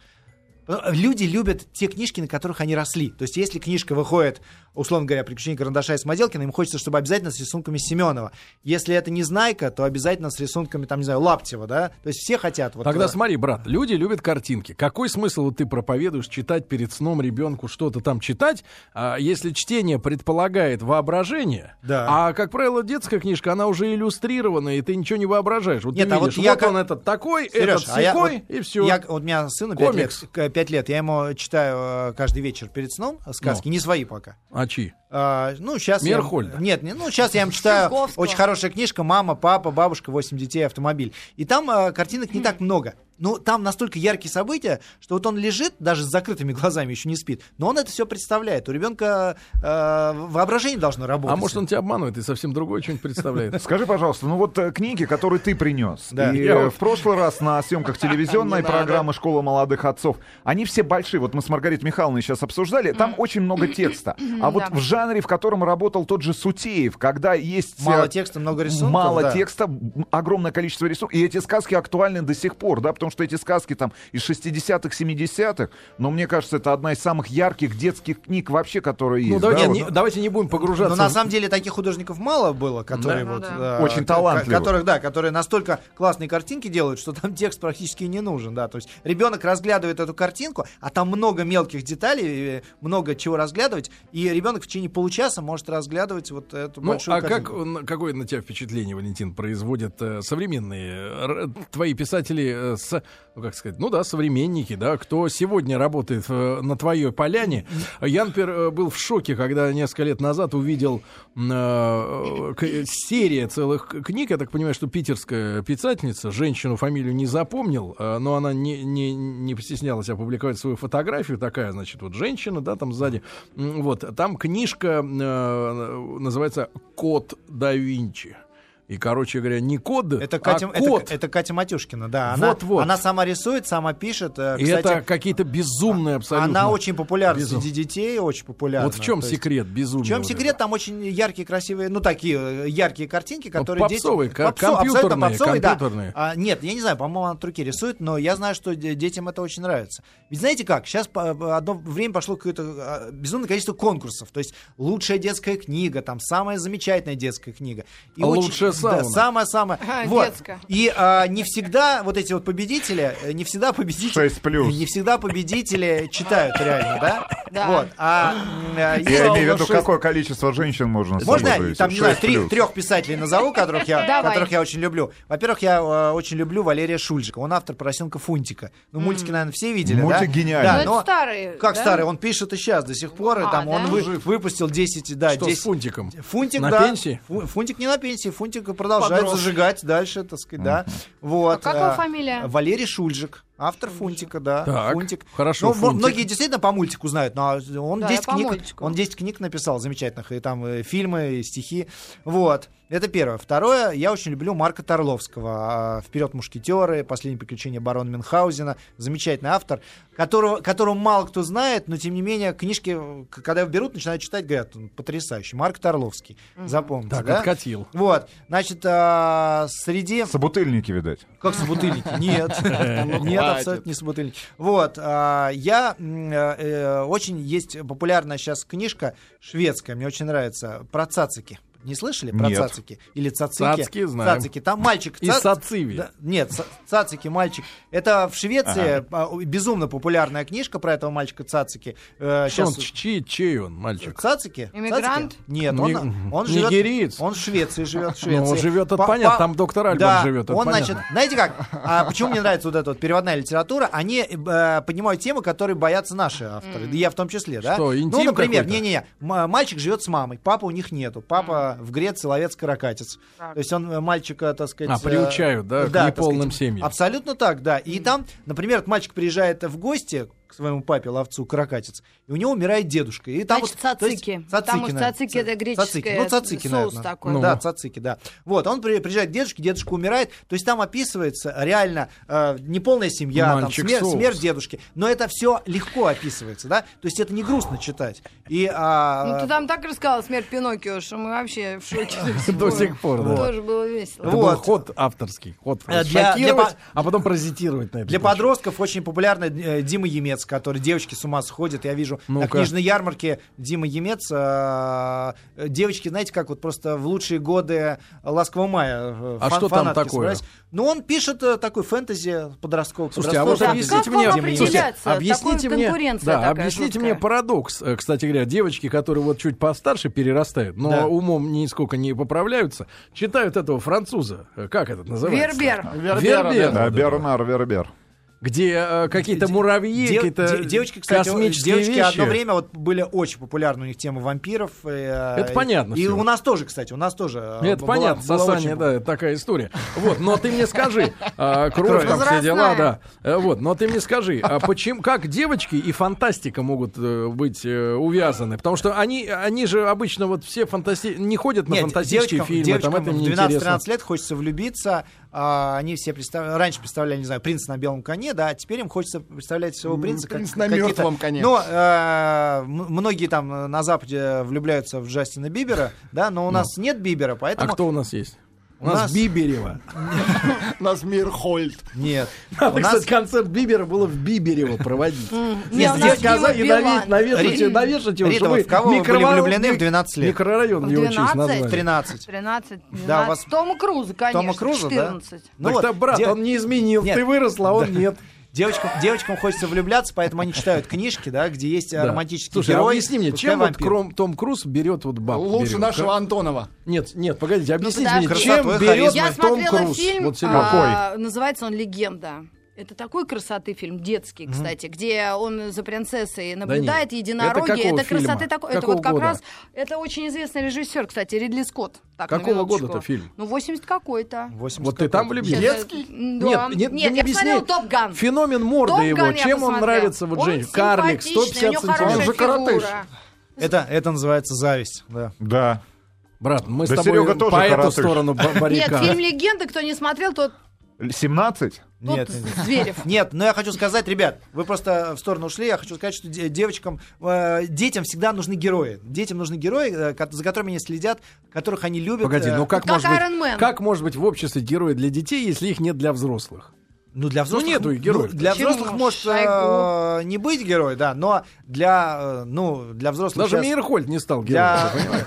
Speaker 4: Э, Люди любят те книжки, на которых они росли. То есть, если книжка выходит, условно говоря, «Приключения карандаша и Самоделкина», им хочется, чтобы обязательно с рисунками Семенова. Если это не «Знайка», то обязательно с рисунками, там, не знаю, Лаптева, да? То есть, все хотят. Вот,
Speaker 1: Тогда
Speaker 4: э,
Speaker 1: смотри, брат, люди любят картинки. Какой смысл вот ты проповедуешь читать перед сном ребенку что-то там читать, а, если чтение предполагает воображение?
Speaker 4: Да.
Speaker 1: А как правило, детская книжка она уже иллюстрирована и ты ничего не воображаешь. Вот
Speaker 4: Нет,
Speaker 1: ты
Speaker 4: а вот
Speaker 1: видишь, вот,
Speaker 4: я как-
Speaker 1: он этот такой,
Speaker 4: Серёж,
Speaker 1: этот
Speaker 4: а я
Speaker 1: сякой,
Speaker 4: вот-
Speaker 1: и все.
Speaker 4: Я, вот у меня сыну 5
Speaker 1: Комикс.
Speaker 4: лет, 5 лет. Я ему читаю э, каждый вечер перед сном
Speaker 1: Ну.
Speaker 4: сказки, не свои пока.
Speaker 1: А чьи?
Speaker 4: А, ну, сейчас...
Speaker 1: Мирхольда.
Speaker 4: Нет, не- ну, сейчас я им читаю
Speaker 5: Шелковского.
Speaker 4: очень хорошая книжка «Мама, папа, бабушка, восемь детей, автомобиль». И там а, картинок не так много. Но там настолько яркие события, что вот он лежит, даже с закрытыми глазами еще не спит, но он это все представляет. У ребенка э, воображение должно работать.
Speaker 1: А может он тебя обманывает и совсем другое что-нибудь представляет?
Speaker 2: Скажи, пожалуйста, ну вот э, книги, которые ты принес,
Speaker 4: Да.
Speaker 2: и
Speaker 1: Я
Speaker 2: э,
Speaker 1: вот-
Speaker 2: в прошлый раз на съемках телевизионной программы «Школа молодых отцов», они все большие, вот мы с Маргаритой Михайловной сейчас обсуждали, там очень много текста. А вот
Speaker 5: Да.
Speaker 2: в жанре, в котором работал тот же Сутеев, когда есть... э,
Speaker 4: Мало текста, много рисунков.
Speaker 2: Мало
Speaker 4: да.
Speaker 2: текста, м, огромное количество рисунков. И эти сказки актуальны до сих пор, да, потому что эти сказки там из 60-х, 70-х, но мне кажется, это одна из самых ярких детских книг вообще, которые есть.
Speaker 1: Ну давайте
Speaker 2: да,
Speaker 1: не-
Speaker 2: вот.
Speaker 1: давайте не будем погружаться.
Speaker 4: Но Ну, на
Speaker 1: в-
Speaker 4: самом деле таких художников мало было, которые
Speaker 5: Да.
Speaker 4: вот
Speaker 5: Ну
Speaker 4: э,
Speaker 2: Очень
Speaker 4: ко-
Speaker 2: талантливых.
Speaker 4: которых да, которые настолько классные картинки делают, что там текст практически не нужен, да. То есть ребенок разглядывает эту картинку, а там много мелких деталей, э, много чего разглядывать, и ребенок в течение получаса может разглядывать вот эту
Speaker 1: Ну,
Speaker 4: большую
Speaker 1: а как,
Speaker 4: картинку.
Speaker 1: он- какое на тебя впечатление, Валентин, производят э, современные э, р- твои писатели, э, с, ну, как сказать, ну да, современники, да, кто сегодня работает э, на твоей поляне? Я, например, э, был в шоке, когда несколько лет назад увидел м, э, к- серия целых к- книг, я так понимаю, что питерская писательница, женщину фамилию не запомнил, э, но она не, не, не постеснялась опубликовать свою фотографию, такая, значит, вот женщина, да, там сзади, М, вот, там книжка э, называется «Кот да Винчи». И, короче говоря, не код,
Speaker 4: Это Катя,
Speaker 1: а
Speaker 4: это-
Speaker 1: кот.
Speaker 4: Это, Катя Матюшкина, да. Она,
Speaker 1: Вот-вот.
Speaker 4: она сама рисует, сама пишет. э,
Speaker 1: И
Speaker 4: Кстати,
Speaker 1: это какие-то безумные абсолютно.
Speaker 4: она очень популярна
Speaker 1: Безумно.
Speaker 4: среди детей, очень популярна.
Speaker 1: Вот в чем
Speaker 4: То есть-
Speaker 1: секрет безумия?
Speaker 4: В чем
Speaker 1: вот
Speaker 4: секрет? Там очень яркие, красивые, ну такие э, яркие картинки, которые
Speaker 1: Ну, попсовые,
Speaker 4: дети...
Speaker 1: ка-
Speaker 4: абсолютно
Speaker 1: компьютерные,
Speaker 4: да.
Speaker 1: компьютерные.
Speaker 4: А, нет, я не знаю, по-моему, она от руки рисует, но я знаю, что де- детям это очень нравится. Ведь знаете как? Сейчас одно время пошло какое-то а, безумное количество конкурсов. То есть лучшая детская книга, там самая замечательная детская книга. И очень-
Speaker 1: А Лучшая сауна.
Speaker 4: Да, самая-самая.
Speaker 5: А,
Speaker 4: Вот.
Speaker 5: детская.
Speaker 4: И а, не всегда вот эти вот победители, э, не всегда победители...
Speaker 2: 6 плюс.
Speaker 4: Не всегда победители читают реально, да?
Speaker 5: Да.
Speaker 4: Вот. А, м, э, есть-
Speaker 2: Я имею в виду,
Speaker 4: шесть-
Speaker 2: какое количество женщин можно с собой
Speaker 4: можно я
Speaker 2: завести?
Speaker 4: там, не знаю,
Speaker 2: Шесть
Speaker 4: три,
Speaker 2: плюс.
Speaker 4: трех писателей назову, которых я,
Speaker 5: Давай.
Speaker 4: которых я очень люблю? Во-первых, я э, очень люблю Валерия Шульжика. Он автор «Поросенка Фунтика». Ну, мультики, наверное, все видели,
Speaker 2: Мультик
Speaker 4: да?
Speaker 2: гениальный.
Speaker 4: Да,
Speaker 5: Ну, это
Speaker 4: но-
Speaker 5: старые,
Speaker 4: Как
Speaker 5: да?
Speaker 4: старый, он пишет и сейчас до сих пор. и
Speaker 5: А,
Speaker 4: там он
Speaker 5: да?
Speaker 4: вы- выпустил 10, да,
Speaker 1: Что с
Speaker 4: 10
Speaker 1: фунтиком?
Speaker 4: Фунтик,
Speaker 1: На
Speaker 4: да.
Speaker 1: пенсии?
Speaker 4: Фу- Фунтик не на пенсии, Фунтик продолжает
Speaker 1: Подрос.
Speaker 4: зажигать дальше, так сказать, да. Вот.
Speaker 5: А как его
Speaker 4: а,
Speaker 5: фамилия?
Speaker 4: Валерий Шульжик, автор Фунтика, да.
Speaker 1: Так,
Speaker 4: Фунтик.
Speaker 1: хорошо,
Speaker 4: Ну, мо-
Speaker 1: Фунтик.
Speaker 4: многие действительно по мультику знают, но он,
Speaker 5: Да,
Speaker 4: 10
Speaker 5: я по
Speaker 4: книг,
Speaker 5: мультику.
Speaker 4: он 10 книг написал замечательных, и там э, фильмы, и стихи. Вот. Это первое. Второе, я очень люблю Марка Торловского. а, Вперед мушкетеры, последние приключения барона Мюнхгаузена. Замечательный автор, которого, которого мало кто знает, но тем не менее книжки, к- когда его берут, начинают читать, говорят, «Он потрясающий. Марк Торловский. Запомните,
Speaker 1: Так,
Speaker 4: да?
Speaker 1: откатил.
Speaker 4: Вот. Значит, а, среди...
Speaker 2: Собутыльники, видать.
Speaker 4: Как собутыльники? Нет.
Speaker 1: Ну,
Speaker 4: Нет, абсолютно не собутыльники. Вот. а, Я м, э, э, очень есть популярная сейчас книжка шведская, мне очень нравится, про цацики. Не слышали про
Speaker 2: Нет.
Speaker 4: цацики? Или цацики?
Speaker 1: Цацки знаем.
Speaker 4: Цацики. Там мальчик
Speaker 1: И
Speaker 4: цац-
Speaker 1: Сациви.
Speaker 4: да, нет, ца- Цацики, мальчик. Это в Швеции а, у- безумно популярная книжка про этого мальчика Цацики. Э,
Speaker 1: Что он,
Speaker 4: щас-
Speaker 1: чей, чей он, мальчик?
Speaker 4: Цацики?
Speaker 5: Иммигрант?
Speaker 4: Цацики? Нет, он,
Speaker 1: Ни-
Speaker 4: он живет...
Speaker 1: нигериец?
Speaker 4: Он в Швеции живет, в Швеции.
Speaker 1: Ну, он живет, это
Speaker 4: По-
Speaker 1: понятно,
Speaker 4: по-
Speaker 1: там доктор Альбан
Speaker 4: да,
Speaker 1: живет, это
Speaker 4: он,
Speaker 1: понятно.
Speaker 4: значит, знаете как, а почему мне нравится вот эта вот переводная литература? Они э, поднимают темы, которые боятся наши авторы, да я в том числе, да?
Speaker 1: Что, интим
Speaker 4: ну, например,
Speaker 1: какой-то?
Speaker 4: не-не-не, м- мальчик живет с мамой, папа у них нету, папа в Греции ловец-каракатец.
Speaker 5: Так.
Speaker 4: То есть он э, мальчика, так
Speaker 1: А,
Speaker 4: сказать...
Speaker 1: приучают, да, к
Speaker 4: так
Speaker 1: неполным
Speaker 4: сказать,
Speaker 1: семьям.
Speaker 4: Абсолютно так, да. И там, например, этот мальчик приезжает в гости к своему папе, ловцу, каракатец, и у него умирает дедушка. И там
Speaker 5: Значит,
Speaker 4: вот, то есть,
Speaker 5: цацики.
Speaker 4: цацики,
Speaker 5: Потому что
Speaker 4: наверное.
Speaker 5: цацики это
Speaker 4: Цацики.
Speaker 5: греческое
Speaker 4: Ну, цацики,
Speaker 5: соус
Speaker 4: наверное.
Speaker 5: такой.
Speaker 1: Ну.
Speaker 4: Да, цацики, да. Вот, он при- приезжает к дедушке, дедушка умирает. То есть там описывается реально э, неполная семья, там,
Speaker 1: Мальчик
Speaker 4: смер-
Speaker 1: соус.
Speaker 4: смерть дедушки. Но это все легко описывается, да? То есть это не грустно читать. И, а,
Speaker 5: Ну, ты там так рассказала смерть Пиноккио, что мы вообще в шоке.
Speaker 1: До сих пор, да. Ну,
Speaker 5: Тоже было весело.
Speaker 1: Это был
Speaker 4: Вот.
Speaker 1: ход авторский. Ход
Speaker 4: Э, для- для
Speaker 1: шокировать,
Speaker 4: по-
Speaker 1: а потом паразитировать на это.
Speaker 4: Для подростков очень популярна э, Дима Емец, который девочки с ума сходят. Я вижу на
Speaker 1: Ну-ка.
Speaker 4: книжной ярмарке Дима Емец. э, э, девочки, знаете, как вот просто в лучшие годы Ласкового мая. э,
Speaker 1: А
Speaker 4: фан-
Speaker 1: что там
Speaker 4: фанатки
Speaker 1: такое?
Speaker 4: собрались. Ну, он пишет э, такой фэнтези подростковый.
Speaker 1: Слушайте, а вот
Speaker 4: подростковый
Speaker 5: Да, как
Speaker 4: фэнтези.
Speaker 1: объясните
Speaker 5: вам
Speaker 1: мне,
Speaker 5: определяться?
Speaker 1: слушайте, а
Speaker 5: Такой
Speaker 1: объясните мне,
Speaker 5: конкуренция
Speaker 1: да,
Speaker 5: такая
Speaker 1: объясните
Speaker 5: жуткая.
Speaker 1: мне парадокс. Э, Кстати говоря, девочки, которые вот чуть постарше перерастают, но
Speaker 4: Да.
Speaker 1: умом нисколько не поправляются, читают этого француза, э, как этот называется?
Speaker 5: Вербер.
Speaker 1: Вербер.
Speaker 2: Да,
Speaker 1: да, да.
Speaker 2: А Бернар, Вербер.
Speaker 1: Где э, какие-то
Speaker 4: Де-
Speaker 1: муравьи,
Speaker 4: де-
Speaker 1: какие-то
Speaker 4: де- девочки, кстати,
Speaker 1: космические
Speaker 4: девочки
Speaker 1: вещи.
Speaker 4: одно время вот были очень популярны у них тема вампиров. Это
Speaker 1: Это понятно
Speaker 4: И
Speaker 1: всё.
Speaker 4: у нас тоже, кстати, у нас тоже. э,
Speaker 1: Это
Speaker 4: была-
Speaker 1: понятно,
Speaker 4: была очень
Speaker 1: сосание, да, такая история. Вот, но ты мне скажи, а, кровь там все
Speaker 5: Возрастная.
Speaker 1: дела, да. Э, Вот, но ты мне скажи, а почему, как девочки и фантастика могут э, быть э, увязаны? Потому что они, они же обычно вот все фантасти... не ходят на
Speaker 4: Нет,
Speaker 1: фантастические
Speaker 4: девочкам-
Speaker 1: фильмы, там это
Speaker 4: девочкам в
Speaker 1: неинтересно.
Speaker 4: 12-13 лет хочется влюбиться. а, они все представ- раньше представляли, не знаю, принца на белом коне, да, а теперь им хочется представлять своего принца как
Speaker 6: принц на
Speaker 4: какие-то-
Speaker 6: мертвом коне.
Speaker 4: Но э, м- многие там э, на Западе влюбляются в Джастина Бибера, да, но у нас нет Бибера,
Speaker 1: А
Speaker 4: поэтому...
Speaker 1: кто у нас есть? У,
Speaker 4: У
Speaker 1: нас,
Speaker 4: нас-
Speaker 1: Биберева.
Speaker 6: Нас мир Хольд.
Speaker 4: Нет.
Speaker 1: Надо,
Speaker 4: У нас-
Speaker 1: кстати, концерт Бибера было в Биберево проводить.
Speaker 5: Не, у нас
Speaker 1: Коза, и
Speaker 5: Дима
Speaker 1: наве-
Speaker 5: Билан.
Speaker 1: навешать его-
Speaker 4: Ри-
Speaker 1: навешать его,
Speaker 4: Рита,
Speaker 1: чтобы
Speaker 4: вот в кого вы были
Speaker 1: микрорайон-
Speaker 4: влюблены в 12 лет?
Speaker 1: Микрорайон
Speaker 5: В
Speaker 1: его в честь
Speaker 5: 12?
Speaker 1: назвали.
Speaker 4: 13.
Speaker 5: 13,
Speaker 4: Да, у
Speaker 5: 12.
Speaker 4: вас-
Speaker 5: Тома Круза, конечно.
Speaker 4: Тома Круза, да?
Speaker 5: 14.
Speaker 4: Ну
Speaker 1: Так-то,
Speaker 4: вот,
Speaker 1: брат,
Speaker 4: де-
Speaker 1: он не изменил.
Speaker 4: Нет.
Speaker 1: Ты выросла, а он нет.
Speaker 4: Девочкам, девочкам хочется влюбляться, поэтому они читают книжки, да, где есть э,
Speaker 1: Да.
Speaker 4: романтические
Speaker 1: Слушай, а
Speaker 4: герои.
Speaker 1: объясни мне,
Speaker 4: пускай
Speaker 1: чем вот
Speaker 4: вампир.
Speaker 1: Кром- Том Круз берет вот баб?
Speaker 6: Лучше
Speaker 1: берет?
Speaker 6: нашего
Speaker 1: Как-
Speaker 6: Антонова.
Speaker 1: Нет, нет, погодите, объясните
Speaker 5: подожди.
Speaker 1: мне, чем
Speaker 4: Красоту и
Speaker 1: берет
Speaker 4: харизмой.
Speaker 5: Я
Speaker 1: Том
Speaker 5: смотрела
Speaker 1: Круз?
Speaker 5: фильм,
Speaker 1: Вот серьезно.
Speaker 5: а, называется он «Легенда». Это такой красоты фильм, детский, кстати, где он за принцессой наблюдает
Speaker 1: нет.
Speaker 5: единороги.
Speaker 1: Это
Speaker 5: Это,
Speaker 1: какого
Speaker 5: красоты
Speaker 1: фильма?
Speaker 5: такой. Это
Speaker 1: Какого
Speaker 5: вот как
Speaker 1: года?
Speaker 5: раз это очень известный режиссер, кстати, Ридли Скотт. Так, на
Speaker 1: Какого
Speaker 5: минуточку.
Speaker 1: года-то фильм?
Speaker 5: Ну, 80 какой-то.
Speaker 4: 80
Speaker 1: Вот ты там
Speaker 4: какой-то.
Speaker 1: влюбился?
Speaker 5: Сейчас,
Speaker 6: Детский?
Speaker 5: э, да.
Speaker 1: Нет, нет, ты мне
Speaker 5: я
Speaker 1: объясни.
Speaker 5: смотрела Топ Ган.
Speaker 1: Феномен морды
Speaker 5: Топ
Speaker 1: его,
Speaker 5: Ган я
Speaker 1: чем он
Speaker 5: посмотрела.
Speaker 1: нравится вот
Speaker 5: Он
Speaker 1: женщине? Карлик,
Speaker 5: симпатичный,
Speaker 1: 150
Speaker 5: у него
Speaker 1: сантиметров.
Speaker 5: хорошая
Speaker 6: Он же коротыш.
Speaker 5: фигура.
Speaker 4: Это, это называется зависть, да.
Speaker 2: Да.
Speaker 1: Брат, мы
Speaker 2: Да
Speaker 1: с тобой
Speaker 2: Серега тоже
Speaker 1: по эту
Speaker 2: коротыш.
Speaker 1: сторону ба-
Speaker 5: Нет,
Speaker 1: баррикад.
Speaker 5: фильм «Легенды», кто не смотрел, тот,
Speaker 2: 17?
Speaker 5: тот
Speaker 4: Нет, нет.
Speaker 5: Зверев.
Speaker 4: Нет, но я хочу сказать, ребят, вы просто в сторону ушли. Я хочу сказать, что де- девочкам, э, детям всегда нужны герои. Детям нужны герои, э, ко- за которыми они следят, которых они любят.
Speaker 1: Погоди,
Speaker 4: э,
Speaker 1: ну как,
Speaker 5: как
Speaker 1: может
Speaker 5: Iron Man.
Speaker 1: быть, как может быть в обществе герои для детей, если их нет для взрослых?
Speaker 4: Ну, для взрослых... ну,
Speaker 1: нету и героев.
Speaker 4: для
Speaker 5: Почему?
Speaker 4: взрослых может э,
Speaker 5: Шойгу.
Speaker 4: не быть герой, да, но для, э, ну, для взрослых...
Speaker 1: Даже
Speaker 4: щас-
Speaker 1: Мейерхольд не стал героем.
Speaker 4: для,
Speaker 1: ты понимаешь?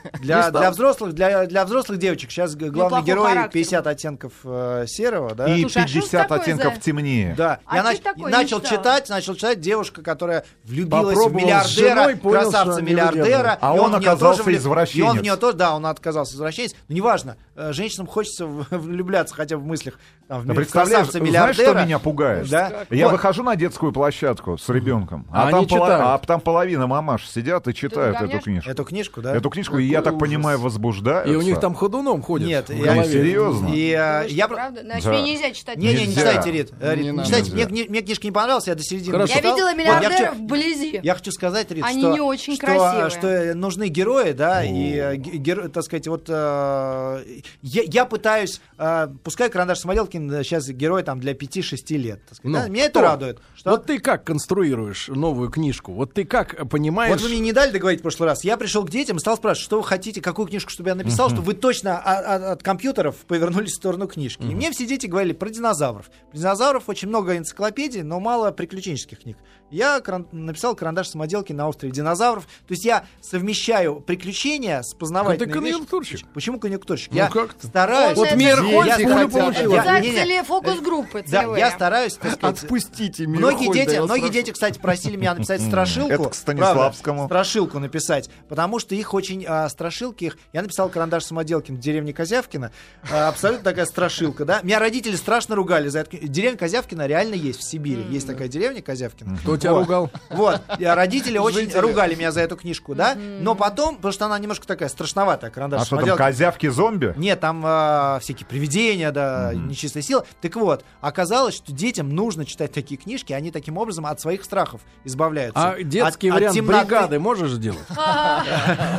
Speaker 1: Не
Speaker 4: для,
Speaker 1: стал.
Speaker 4: для взрослых, для, для взрослых девочек сейчас г- главный
Speaker 5: Неплохой
Speaker 4: герой
Speaker 5: характер.
Speaker 4: 50 оттенков э, серого, да?
Speaker 2: И
Speaker 5: Слушай, а что ж
Speaker 2: 50
Speaker 5: такое
Speaker 2: оттенков
Speaker 5: за-
Speaker 2: темнее.
Speaker 4: Да.
Speaker 5: А
Speaker 4: я
Speaker 5: чё
Speaker 4: нач-
Speaker 5: такое? Не
Speaker 4: начал
Speaker 5: читала.
Speaker 4: читать, начал читать девушка, которая влюбилась в
Speaker 1: Попробовала с
Speaker 4: миллиардера,
Speaker 1: женой, понял, что
Speaker 4: красавца
Speaker 1: не
Speaker 4: миллиардера.
Speaker 1: выдерживает.
Speaker 2: А
Speaker 4: и
Speaker 2: он
Speaker 4: в неё
Speaker 2: оказался
Speaker 4: тоже влю-
Speaker 2: извращенец.
Speaker 4: И он в нее тоже, да, он отказался извращенец. Но неважно, э, женщинам хочется в- влюбляться хотя бы в мыслях там, в
Speaker 2: Да А
Speaker 4: ми-
Speaker 2: представляешь,
Speaker 4: красавца
Speaker 2: знаешь,
Speaker 4: миллиардера.
Speaker 2: что меня пугает?
Speaker 4: Да.
Speaker 2: Я
Speaker 4: Вот.
Speaker 2: выхожу на детскую площадку с ребенком,
Speaker 1: А
Speaker 2: а,
Speaker 1: они
Speaker 2: там, пола-
Speaker 1: читают.
Speaker 2: а там половина мамаш сидят и читают эту
Speaker 5: гоняешь?
Speaker 2: книжку.
Speaker 4: Эту книжку, да?
Speaker 2: Эту книжку, и я так понимаю, возбуждаются.
Speaker 1: И у них там ходуном ходит.
Speaker 4: Нет,
Speaker 1: в
Speaker 4: я-
Speaker 1: голове.
Speaker 2: серьезно?
Speaker 4: И э,
Speaker 5: Вы
Speaker 4: я...
Speaker 5: что,
Speaker 4: про-
Speaker 5: Правда? Значит,
Speaker 2: Да.
Speaker 5: мне нельзя читать.
Speaker 4: Не-не, не
Speaker 2: Нельзя.
Speaker 4: читайте, Рит. Э, Рит,
Speaker 6: Не
Speaker 4: не
Speaker 6: надо.
Speaker 4: читайте. Мне,
Speaker 2: Нельзя.
Speaker 4: кни- мне книжка не понравилась, я до середины
Speaker 1: Хорошо.
Speaker 5: Я
Speaker 4: дочитал.
Speaker 5: видела
Speaker 4: Вот
Speaker 5: миллиардера
Speaker 4: хочу-
Speaker 5: вблизи.
Speaker 4: Я хочу сказать, Рит,
Speaker 5: Они
Speaker 4: что,
Speaker 5: не очень
Speaker 4: что,
Speaker 5: красивые.
Speaker 4: что, э, нужны герои, да, и, э, ге- геро- так сказать, вот э, я, я пытаюсь, э, пускай карандаш Самоделкин сейчас герой там для 5-6 лет. так сказать,
Speaker 1: Ну,
Speaker 4: да, меня
Speaker 1: кто?
Speaker 4: это радует. Что...
Speaker 1: Вот ты как конструируешь новую книжку? Вот ты как э, понимаешь...
Speaker 4: Вот вы мне не дали договорить в прошлый раз. Я пришел к детям и стал спрашивать, что вы хотите, какую книжку, чтобы я написал, чтобы вы точно а- а- от компьютеров повернулись в сторону книжки. И мне все дети говорили про динозавров. Про динозавров очень много энциклопедий, но мало приключенческих книг. Я кран- написал «Карандаш самоделки на острове динозавров». То есть я совмещаю приключения с познавательными
Speaker 1: Ну, ты
Speaker 4: вещами.
Speaker 1: конъюнктурщик.
Speaker 4: Почему конъюнктурщик?
Speaker 1: Ну,
Speaker 4: я
Speaker 1: как ты?
Speaker 4: стараюсь...
Speaker 5: Вот
Speaker 1: Мейерхольд
Speaker 4: Я-
Speaker 1: их
Speaker 4: я-
Speaker 1: хотят.
Speaker 4: я-
Speaker 5: Это
Speaker 4: не- не-
Speaker 5: целее фокус-группы
Speaker 4: Да,
Speaker 5: целые.
Speaker 4: я стараюсь, так сказать,
Speaker 6: Отпустите меня.
Speaker 4: Многие дети, многие дети, кстати, просили меня написать страшилку.
Speaker 2: Это к Станиславскому.
Speaker 4: Правда, страшилку написать, потому что их очень а, страшилки их. Я написал карандаш самоделкин в деревне Козявкина. А, абсолютно такая страшилка, да. Меня родители страшно ругали за это. Деревня Козявкина реально есть в Сибири. Есть такая деревня Козявкина.
Speaker 1: Кто тебя
Speaker 4: Вот.
Speaker 1: ругал?
Speaker 4: Вот, и, а родители очень
Speaker 6: Жители.
Speaker 4: ругали меня за эту книжку, да. Но потом, потому что она немножко такая страшноватая, карандаш
Speaker 2: А что там,
Speaker 4: Самоделкин.
Speaker 2: козявки-зомби?
Speaker 4: Нет, там а, всякие привидения, да, нечистая сила. Так вот, оказалось, что детям нужно читать такие книжки, они таким образом от своих страхов избавляются.
Speaker 1: А детский
Speaker 4: От- от
Speaker 1: вариант
Speaker 4: темноты-
Speaker 1: бригады можешь сделать?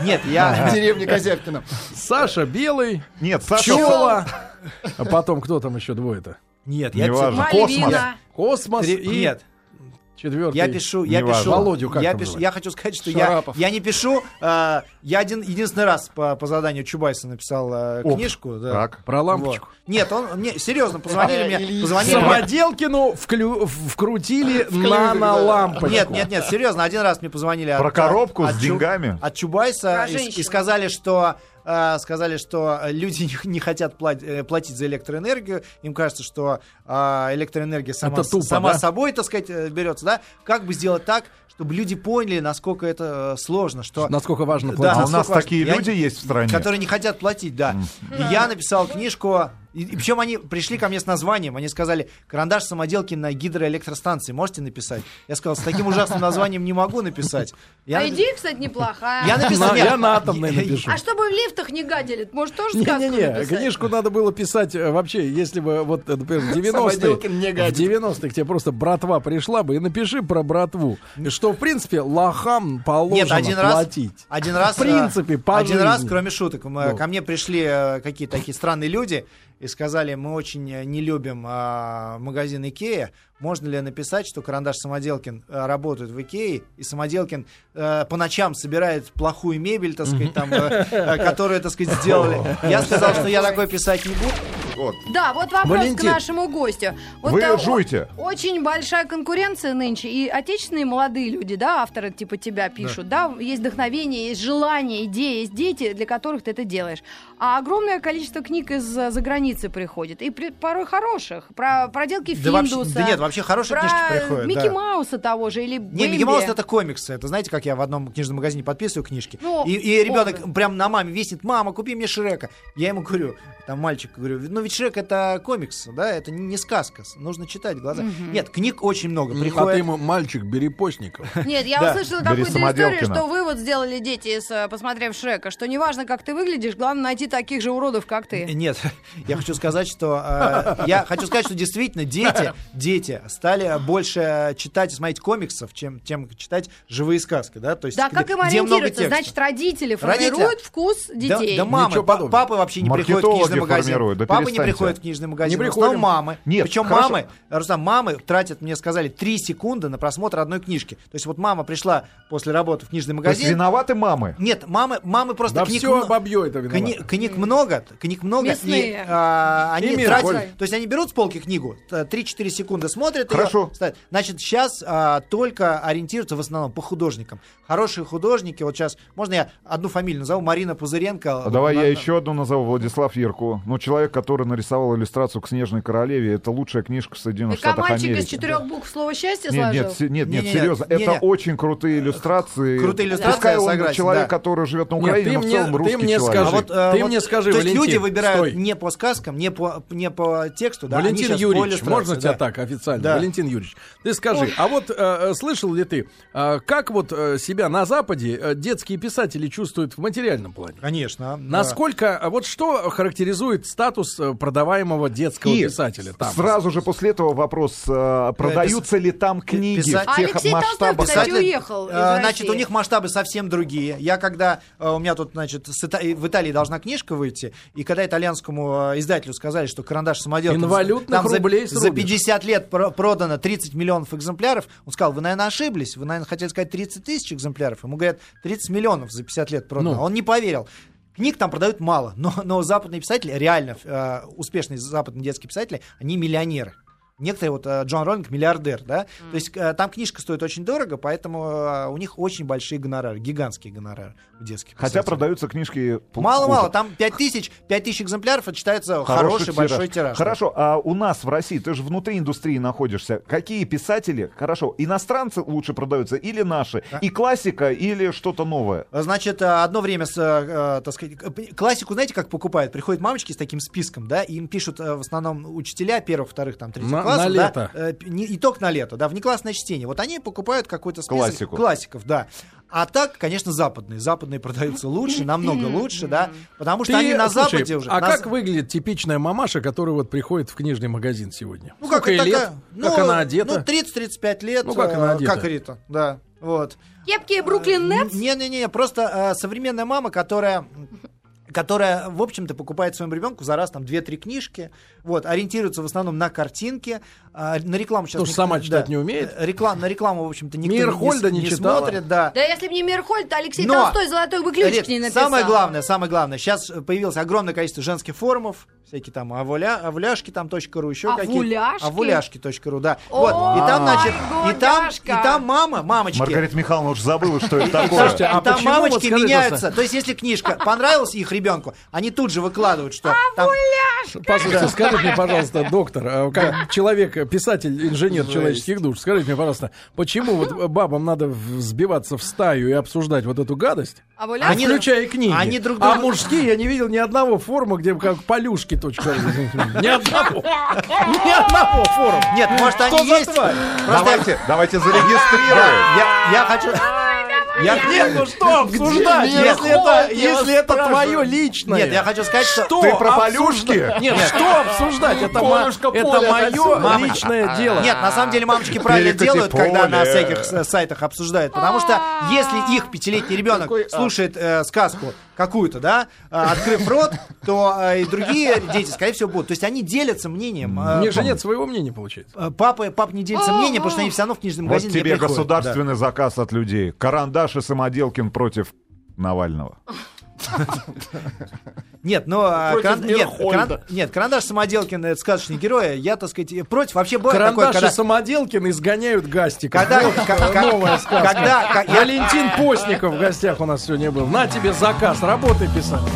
Speaker 4: Нет, я...
Speaker 6: Деревня Козявкина.
Speaker 1: Саша Белый,
Speaker 2: Нет, Саша...
Speaker 1: Пчела, а потом кто там еще двое-то?
Speaker 4: Нет, я
Speaker 2: Неважно.
Speaker 4: пишу-
Speaker 2: Космос.
Speaker 5: Мальвина.
Speaker 1: Космос
Speaker 4: Три-
Speaker 1: и
Speaker 4: Нет,
Speaker 1: четвертый.
Speaker 4: я пишу, я
Speaker 2: Неважно.
Speaker 4: пишу,
Speaker 1: Володю как
Speaker 4: я
Speaker 1: там
Speaker 4: пишу,
Speaker 1: звать?
Speaker 4: я хочу сказать, что я,
Speaker 6: Шарапов.
Speaker 4: я не пишу, а, я один единственный раз по, по заданию Чубайса написал а,
Speaker 2: Оп.
Speaker 4: книжку, да.
Speaker 2: Так.
Speaker 1: Про
Speaker 4: Вот.
Speaker 1: лампочку.
Speaker 4: Нет, он мне серьезно позвонили
Speaker 6: А,
Speaker 4: мне,
Speaker 6: Ильич.
Speaker 4: позвонили мне-
Speaker 1: Самоделкину вклю- в- вкрутили
Speaker 6: да.
Speaker 1: нанолампочку.
Speaker 4: Нет, нет, нет, серьезно, один раз мне позвонили
Speaker 2: Про
Speaker 4: от-
Speaker 2: коробку
Speaker 4: от
Speaker 2: с
Speaker 4: Чу-
Speaker 2: деньгами?
Speaker 4: От Чубайса
Speaker 5: Про
Speaker 4: и,
Speaker 5: женщину.
Speaker 4: и сказали, что э, сказали, что люди не, не хотят пла- э, платить за электроэнергию. Им кажется, что э, электроэнергия сама,
Speaker 1: Это тупо,
Speaker 4: сама
Speaker 1: да?
Speaker 4: собой, так сказать, э, берется. Да? Как бы сделать так, чтобы люди поняли, насколько это э, сложно, что
Speaker 1: Насколько важно
Speaker 4: Да.
Speaker 1: платить.
Speaker 2: А у
Speaker 4: насколько
Speaker 2: нас
Speaker 4: важно.
Speaker 2: такие
Speaker 4: Я
Speaker 2: люди
Speaker 4: не-
Speaker 2: есть в стране.
Speaker 4: которые не хотят платить, да. И я написал книжку. И, и причем они пришли ко мне с названием. Они сказали, карандаш самоделки на гидроэлектростанции можете написать? Я сказал, с таким ужасным названием не могу написать. Я
Speaker 5: А
Speaker 4: напи-
Speaker 5: идея, кстати, неплохая.
Speaker 4: Я написал...
Speaker 1: На-
Speaker 4: нет,
Speaker 1: я на атомной
Speaker 4: я-
Speaker 1: напишу.
Speaker 5: А чтобы в лифтах не гадили, может, тоже сказку
Speaker 1: Не-не-не,
Speaker 5: написать?
Speaker 1: книжку надо было писать э, вообще, если бы вот, э, например, в 90-е,
Speaker 6: Самоделкин не гадит.
Speaker 1: в 90-х тебе просто братва пришла бы и напиши про братву, И что, в принципе, лохам положено
Speaker 4: Нет, один раз, А
Speaker 1: платить.
Speaker 4: один раз,
Speaker 1: В принципе,
Speaker 4: э,
Speaker 1: по
Speaker 4: один раз,
Speaker 1: жизни.
Speaker 4: кроме шуток, мы-
Speaker 1: Ну.
Speaker 4: ко мне пришли э, какие-то такие странные люди и сказали, мы очень э, не любим а, магазин Икея, можно ли написать, что карандаш Самоделкин э, работает в Икее и Самоделкин э, по ночам собирает плохую мебель, так сказать, там, э, э, которую, так сказать, сделали. Я сказал, что я такой писать не буду.
Speaker 2: Вот.
Speaker 5: Да, вот вопрос
Speaker 1: Валентин.
Speaker 5: к нашему гостю. Вот,
Speaker 2: Вы
Speaker 5: э, о-
Speaker 2: жуйте.
Speaker 5: Очень большая конкуренция нынче, и отечественные молодые люди, да, авторы типа тебя пишут, да. есть вдохновение, есть желание, идеи, есть дети, для которых ты это делаешь. А огромное количество книг из-за границы приходит, и при- порой хороших, про проделки
Speaker 4: Да вообще-
Speaker 5: Финдуса.
Speaker 4: да нет, вообще хорошие
Speaker 5: про
Speaker 4: книжки приходят,
Speaker 5: Микки
Speaker 4: да.
Speaker 5: Мауса того же, или
Speaker 4: Не,
Speaker 5: Бэмби.
Speaker 4: Микки Маус это комиксы. Это знаете, как я в одном книжном магазине подписываю книжки.
Speaker 5: Ну,
Speaker 4: и, и ребенок
Speaker 5: образ.
Speaker 4: прям на маме виснет: мама, купи мне Шрека. Я ему говорю, там мальчик говорю, ну ведь ведь Шрек это комикс, да, это не сказка. с- Нужно читать глаза.
Speaker 5: Мгм.
Speaker 4: Нет, книг очень много.
Speaker 1: А ты
Speaker 4: Приходит.
Speaker 1: м- мальчик Берепостников.
Speaker 5: Нет, я
Speaker 4: Да.
Speaker 5: услышала
Speaker 2: Бери
Speaker 5: какую-то историю,
Speaker 2: Самоделкина.
Speaker 5: что вывод сделали дети, из, э, посмотрев Шрека, что неважно, как ты выглядишь, главное найти таких же уродов, как ты.
Speaker 4: Нет, я хочу сказать, что э, я хочу сказать, что действительно дети, дети стали больше читать и смотреть комиксов, чем чем читать живые сказки, да, то есть
Speaker 5: Да,
Speaker 4: где-
Speaker 5: как им
Speaker 4: где много
Speaker 5: ориентироваться?
Speaker 4: текста.
Speaker 5: Значит, родители
Speaker 4: Родители.
Speaker 5: формируют вкус
Speaker 4: Да-
Speaker 5: детей.
Speaker 4: Да, мамы,
Speaker 1: Ничего
Speaker 4: па-
Speaker 1: подобного.
Speaker 4: папы вообще не приходят в
Speaker 2: Маркетологи
Speaker 4: книжный магазин.
Speaker 2: формируют, да
Speaker 4: папы не
Speaker 2: перестаньте.
Speaker 4: приходят в книжный
Speaker 1: Не
Speaker 4: магазин. в
Speaker 1: приходим.
Speaker 4: основном мамы.
Speaker 2: Нет,
Speaker 4: Причем
Speaker 2: хорошо.
Speaker 4: мамы, Руслан, мамы тратят, мне сказали, 3 секунды на просмотр одной книжки. То есть вот мама пришла после работы в книжный
Speaker 2: То есть
Speaker 4: магазин.
Speaker 2: виноваты мамы.
Speaker 4: Нет, мамы, мамы просто
Speaker 1: Да
Speaker 4: книг
Speaker 1: все
Speaker 4: мно-
Speaker 1: бабье это
Speaker 4: Кни-
Speaker 1: виновато.
Speaker 4: книг много, книг много, и
Speaker 5: Мясные.
Speaker 4: а,
Speaker 1: И
Speaker 4: они
Speaker 1: мир,
Speaker 4: тратят-
Speaker 1: Коль.
Speaker 4: то есть они берут с полки книгу, т- 3-4 секунды смотрят, её,
Speaker 2: Хорошо.
Speaker 4: ставят. значит сейчас а, только ориентируются в основном по художникам. Хорошие художники, вот сейчас можно я одну фамилию назову, Марина Пузыренко.
Speaker 2: А Давай
Speaker 4: На-
Speaker 2: я еще одну назову, Владислав Ярко. Ну, человек, который нарисовал иллюстрацию к «Снежной королеве», это лучшая книжка Соединенных
Speaker 5: Как
Speaker 2: Штатов
Speaker 5: а мальчик из
Speaker 2: Америки.
Speaker 5: четырех букв слова счастья
Speaker 2: Нет,
Speaker 5: сложил.
Speaker 2: нет, се- нет, нет,
Speaker 4: Не-не-не,
Speaker 2: серьезно, это
Speaker 4: не-не.
Speaker 2: очень крутые иллюстрации.
Speaker 4: Крутые иллюстрации,
Speaker 2: Пускай
Speaker 4: я
Speaker 2: он
Speaker 4: согласен,
Speaker 2: человек,
Speaker 4: да.
Speaker 2: который живет на
Speaker 1: Нет, ты мне-
Speaker 2: Украине, но в целом
Speaker 1: ты
Speaker 2: русский
Speaker 1: мне
Speaker 2: человек. А
Speaker 1: скажи.
Speaker 4: э,
Speaker 1: Ты мне скажи,
Speaker 4: то есть люди
Speaker 1: Валентин,
Speaker 4: выбирают
Speaker 1: стой.
Speaker 4: не по сказкам, не по, не по тексту, да, они
Speaker 1: Валентин
Speaker 4: щас по
Speaker 1: Юрьевич,
Speaker 4: иллюстрации,
Speaker 1: можно тебя
Speaker 4: да.
Speaker 1: так официально?
Speaker 4: Да.
Speaker 1: Валентин Юрьевич, ты скажи, а вот э, э, слышал ли ты, э, как вот э, себя на Западе э, детские писатели чувствуют в материальном плане?
Speaker 4: Конечно. да.
Speaker 1: Насколько, а вот что характеризует статус э, продаваемого детского
Speaker 2: И
Speaker 1: писателя там?
Speaker 2: Сразу же после этого вопрос, э, продаются ли там книги
Speaker 4: писать-
Speaker 2: в
Speaker 5: А
Speaker 2: тех
Speaker 5: Алексей Толстой,
Speaker 2: масштабах?
Speaker 5: кстати,
Speaker 4: Кстати,
Speaker 5: уехал из
Speaker 4: Э, Значит,
Speaker 5: России.
Speaker 4: у них масштабы совсем другие. Я когда э, у меня тут, значит, с Ита- в Италии должна книжка выйти, и когда итальянскому э, издателю сказали, что карандаш самодел
Speaker 1: Инвалютных
Speaker 4: там за-
Speaker 1: рублей
Speaker 4: за,
Speaker 1: срубишь.
Speaker 4: 50 лет про- продано 30 миллионов экземпляров, он сказал, вы, наверное, ошиблись, вы, наверное, хотели сказать 30 тысяч экземпляров. Ему говорят, 30 миллионов за 50 лет продано.
Speaker 1: Ну.
Speaker 4: Он не поверил. Книг там продают мало, но, но западные писатели, реально э, успешные западные детские писатели, они миллионеры. Некоторые, вот э, Джон Роллинг миллиардер, да? То есть э, там книжка стоит очень дорого, поэтому э, у них очень большие гонорары, гигантские гонорары у детских
Speaker 2: Хотя
Speaker 4: писателей.
Speaker 2: продаются книжки... пл-
Speaker 4: Мало-мало,
Speaker 2: хуже.
Speaker 4: там 5 тысяч, 5 тысяч экземпляров, это считается хороший,
Speaker 2: тираж.
Speaker 4: большой тираж.
Speaker 2: Хорошо, а у нас в России, ты же внутри индустрии находишься. Какие писатели, хорошо, иностранцы лучше продаются или наши? И классика, или что-то новое?
Speaker 4: Значит, э, одно время, с, э, э, так сказать, к- п- классику, знаете, как покупают? Приходят мамочки с таким списком, да, и им пишут э, в основном учителя первых, вторых, там, третьих
Speaker 1: На- на
Speaker 4: классов. да,
Speaker 1: лето.
Speaker 4: э, п- не, и только на лето, да, внеклассное чтение. Вот они покупают какой-то список
Speaker 2: Классику.
Speaker 4: классиков, да. А так, конечно, западные. Западные продаются лучше, намного лучше, да, потому что
Speaker 1: Ты,
Speaker 4: они на
Speaker 1: слушай,
Speaker 4: Западе уже.
Speaker 1: А
Speaker 4: на
Speaker 1: как
Speaker 4: за-
Speaker 1: выглядит типичная мамаша, которая вот приходит в книжный магазин сегодня?
Speaker 4: Ну,
Speaker 1: Сколько
Speaker 4: как
Speaker 1: ей
Speaker 4: это
Speaker 1: лет?
Speaker 4: такая-
Speaker 1: как
Speaker 4: ну,
Speaker 1: она одета?
Speaker 4: Ну, 30-35 лет.
Speaker 1: Ну, как она
Speaker 4: э, Как
Speaker 1: одета?
Speaker 4: Рита, да, вот.
Speaker 5: Кепки и Бруклин Нетс?
Speaker 4: Не-не-не, просто э, современная мама, которая которая, в общем-то, покупает своему ребенку за раз там 2-3 книжки, вот, ориентируется в основном на картинки, а, на рекламу сейчас...
Speaker 1: Потому что
Speaker 4: никто-
Speaker 1: сама читать не умеет.
Speaker 4: Э, Реклам, на рекламу, в общем-то, никто не-
Speaker 1: Мирхольда
Speaker 4: не,
Speaker 1: не
Speaker 4: с- не
Speaker 1: читала.
Speaker 4: смотрит, да.
Speaker 5: Да если бы не Мирхольд, то Алексей
Speaker 4: Но-
Speaker 5: Толстой золотой бы ключ
Speaker 4: Рит,
Speaker 5: к ней написал.
Speaker 4: самое главное, самое главное, сейчас появилось огромное количество женских форумов, всякие там авуля, авляшки там .ру, еще
Speaker 5: Авуляшки?
Speaker 4: какие-то. Авуляшки.ру, да.
Speaker 5: О,
Speaker 4: вот, и там, значит,
Speaker 5: май
Speaker 4: и там, и
Speaker 5: годяшка.
Speaker 4: там мама, мамочки,
Speaker 2: Маргарита Михайловна уже забыла, что это
Speaker 4: И
Speaker 2: такое.
Speaker 4: там-
Speaker 1: Слушайте, а
Speaker 4: и там
Speaker 1: почему, вот
Speaker 4: мамочки
Speaker 1: скажите,
Speaker 4: меняются. То есть, если книжка понравилась их ребенку, они тут же выкладывают, что там...
Speaker 1: Послушайте, скажите мне, пожалуйста, доктор, э, как человек, э, писатель, инженер человеческих душ, скажите мне, пожалуйста, почему вот э, бабам надо в- взбиваться в стаю и обсуждать вот эту гадость?
Speaker 5: А
Speaker 1: А
Speaker 5: Валя-
Speaker 4: Они-
Speaker 1: включая книги.
Speaker 4: они друг
Speaker 1: а
Speaker 4: друга-
Speaker 1: мужские я не видел ни одного форума, где бы как полюшки. точка ру, извините меня. Ни одного. Ни одного форума.
Speaker 4: Нет, может,
Speaker 1: Что
Speaker 4: они
Speaker 1: за
Speaker 4: есть.
Speaker 1: тварь?
Speaker 4: Просто-
Speaker 2: Давайте, давайте зарегистрируем.
Speaker 4: Я, я хочу... Я-
Speaker 1: Нет, ну что обсуждать,
Speaker 4: Где
Speaker 1: если
Speaker 4: Мирхольд?
Speaker 1: это,
Speaker 4: Я вас
Speaker 1: если это
Speaker 4: спрашиваю.
Speaker 1: твое личное?
Speaker 4: Нет, я хочу сказать, что...
Speaker 1: Что А
Speaker 2: Ты про
Speaker 1: обсуждать?
Speaker 2: полюшки?
Speaker 1: Нет, что обсуждать? Это, мо-
Speaker 6: Полюшка,
Speaker 1: это
Speaker 6: поле,
Speaker 1: мое
Speaker 4: Мама.
Speaker 1: личное дело.
Speaker 4: Нет, на самом деле мамочки правильно
Speaker 2: Перекати
Speaker 4: делают, когда
Speaker 2: поле.
Speaker 4: на всяких с- сайтах обсуждают. Потому что если их пятилетний ребенок слушает э, сказку какую-то, да, э, открыв рот, то э, и другие дети, скорее всего, будут. То есть они делятся мнением.
Speaker 1: У
Speaker 4: э,
Speaker 1: них же нет своего мнения, получается.
Speaker 4: Э, Папа, пап не делится мнением, потому что они все равно в книжный
Speaker 2: Вот
Speaker 4: магазин не
Speaker 2: тебе
Speaker 4: приходят.
Speaker 2: государственный заказ от людей. Карандаш и Самоделкин против Навального.
Speaker 4: Да. Нет, но а,
Speaker 6: Против
Speaker 4: каран- нет,
Speaker 6: Мирхольда.
Speaker 4: каран- нет, карандаш Самоделкин, это сказочный герой, я, так сказать, и против. Вообще бывает такое,
Speaker 1: Карандаши
Speaker 4: когда...
Speaker 1: самоделкин изгоняют гастика.
Speaker 4: Когда,
Speaker 1: Вот
Speaker 4: ка- ка-
Speaker 1: новая сказка.
Speaker 4: когда, ка- я-
Speaker 1: Валентин Постников в гостях у нас сегодня был. На тебе заказ, работай писать.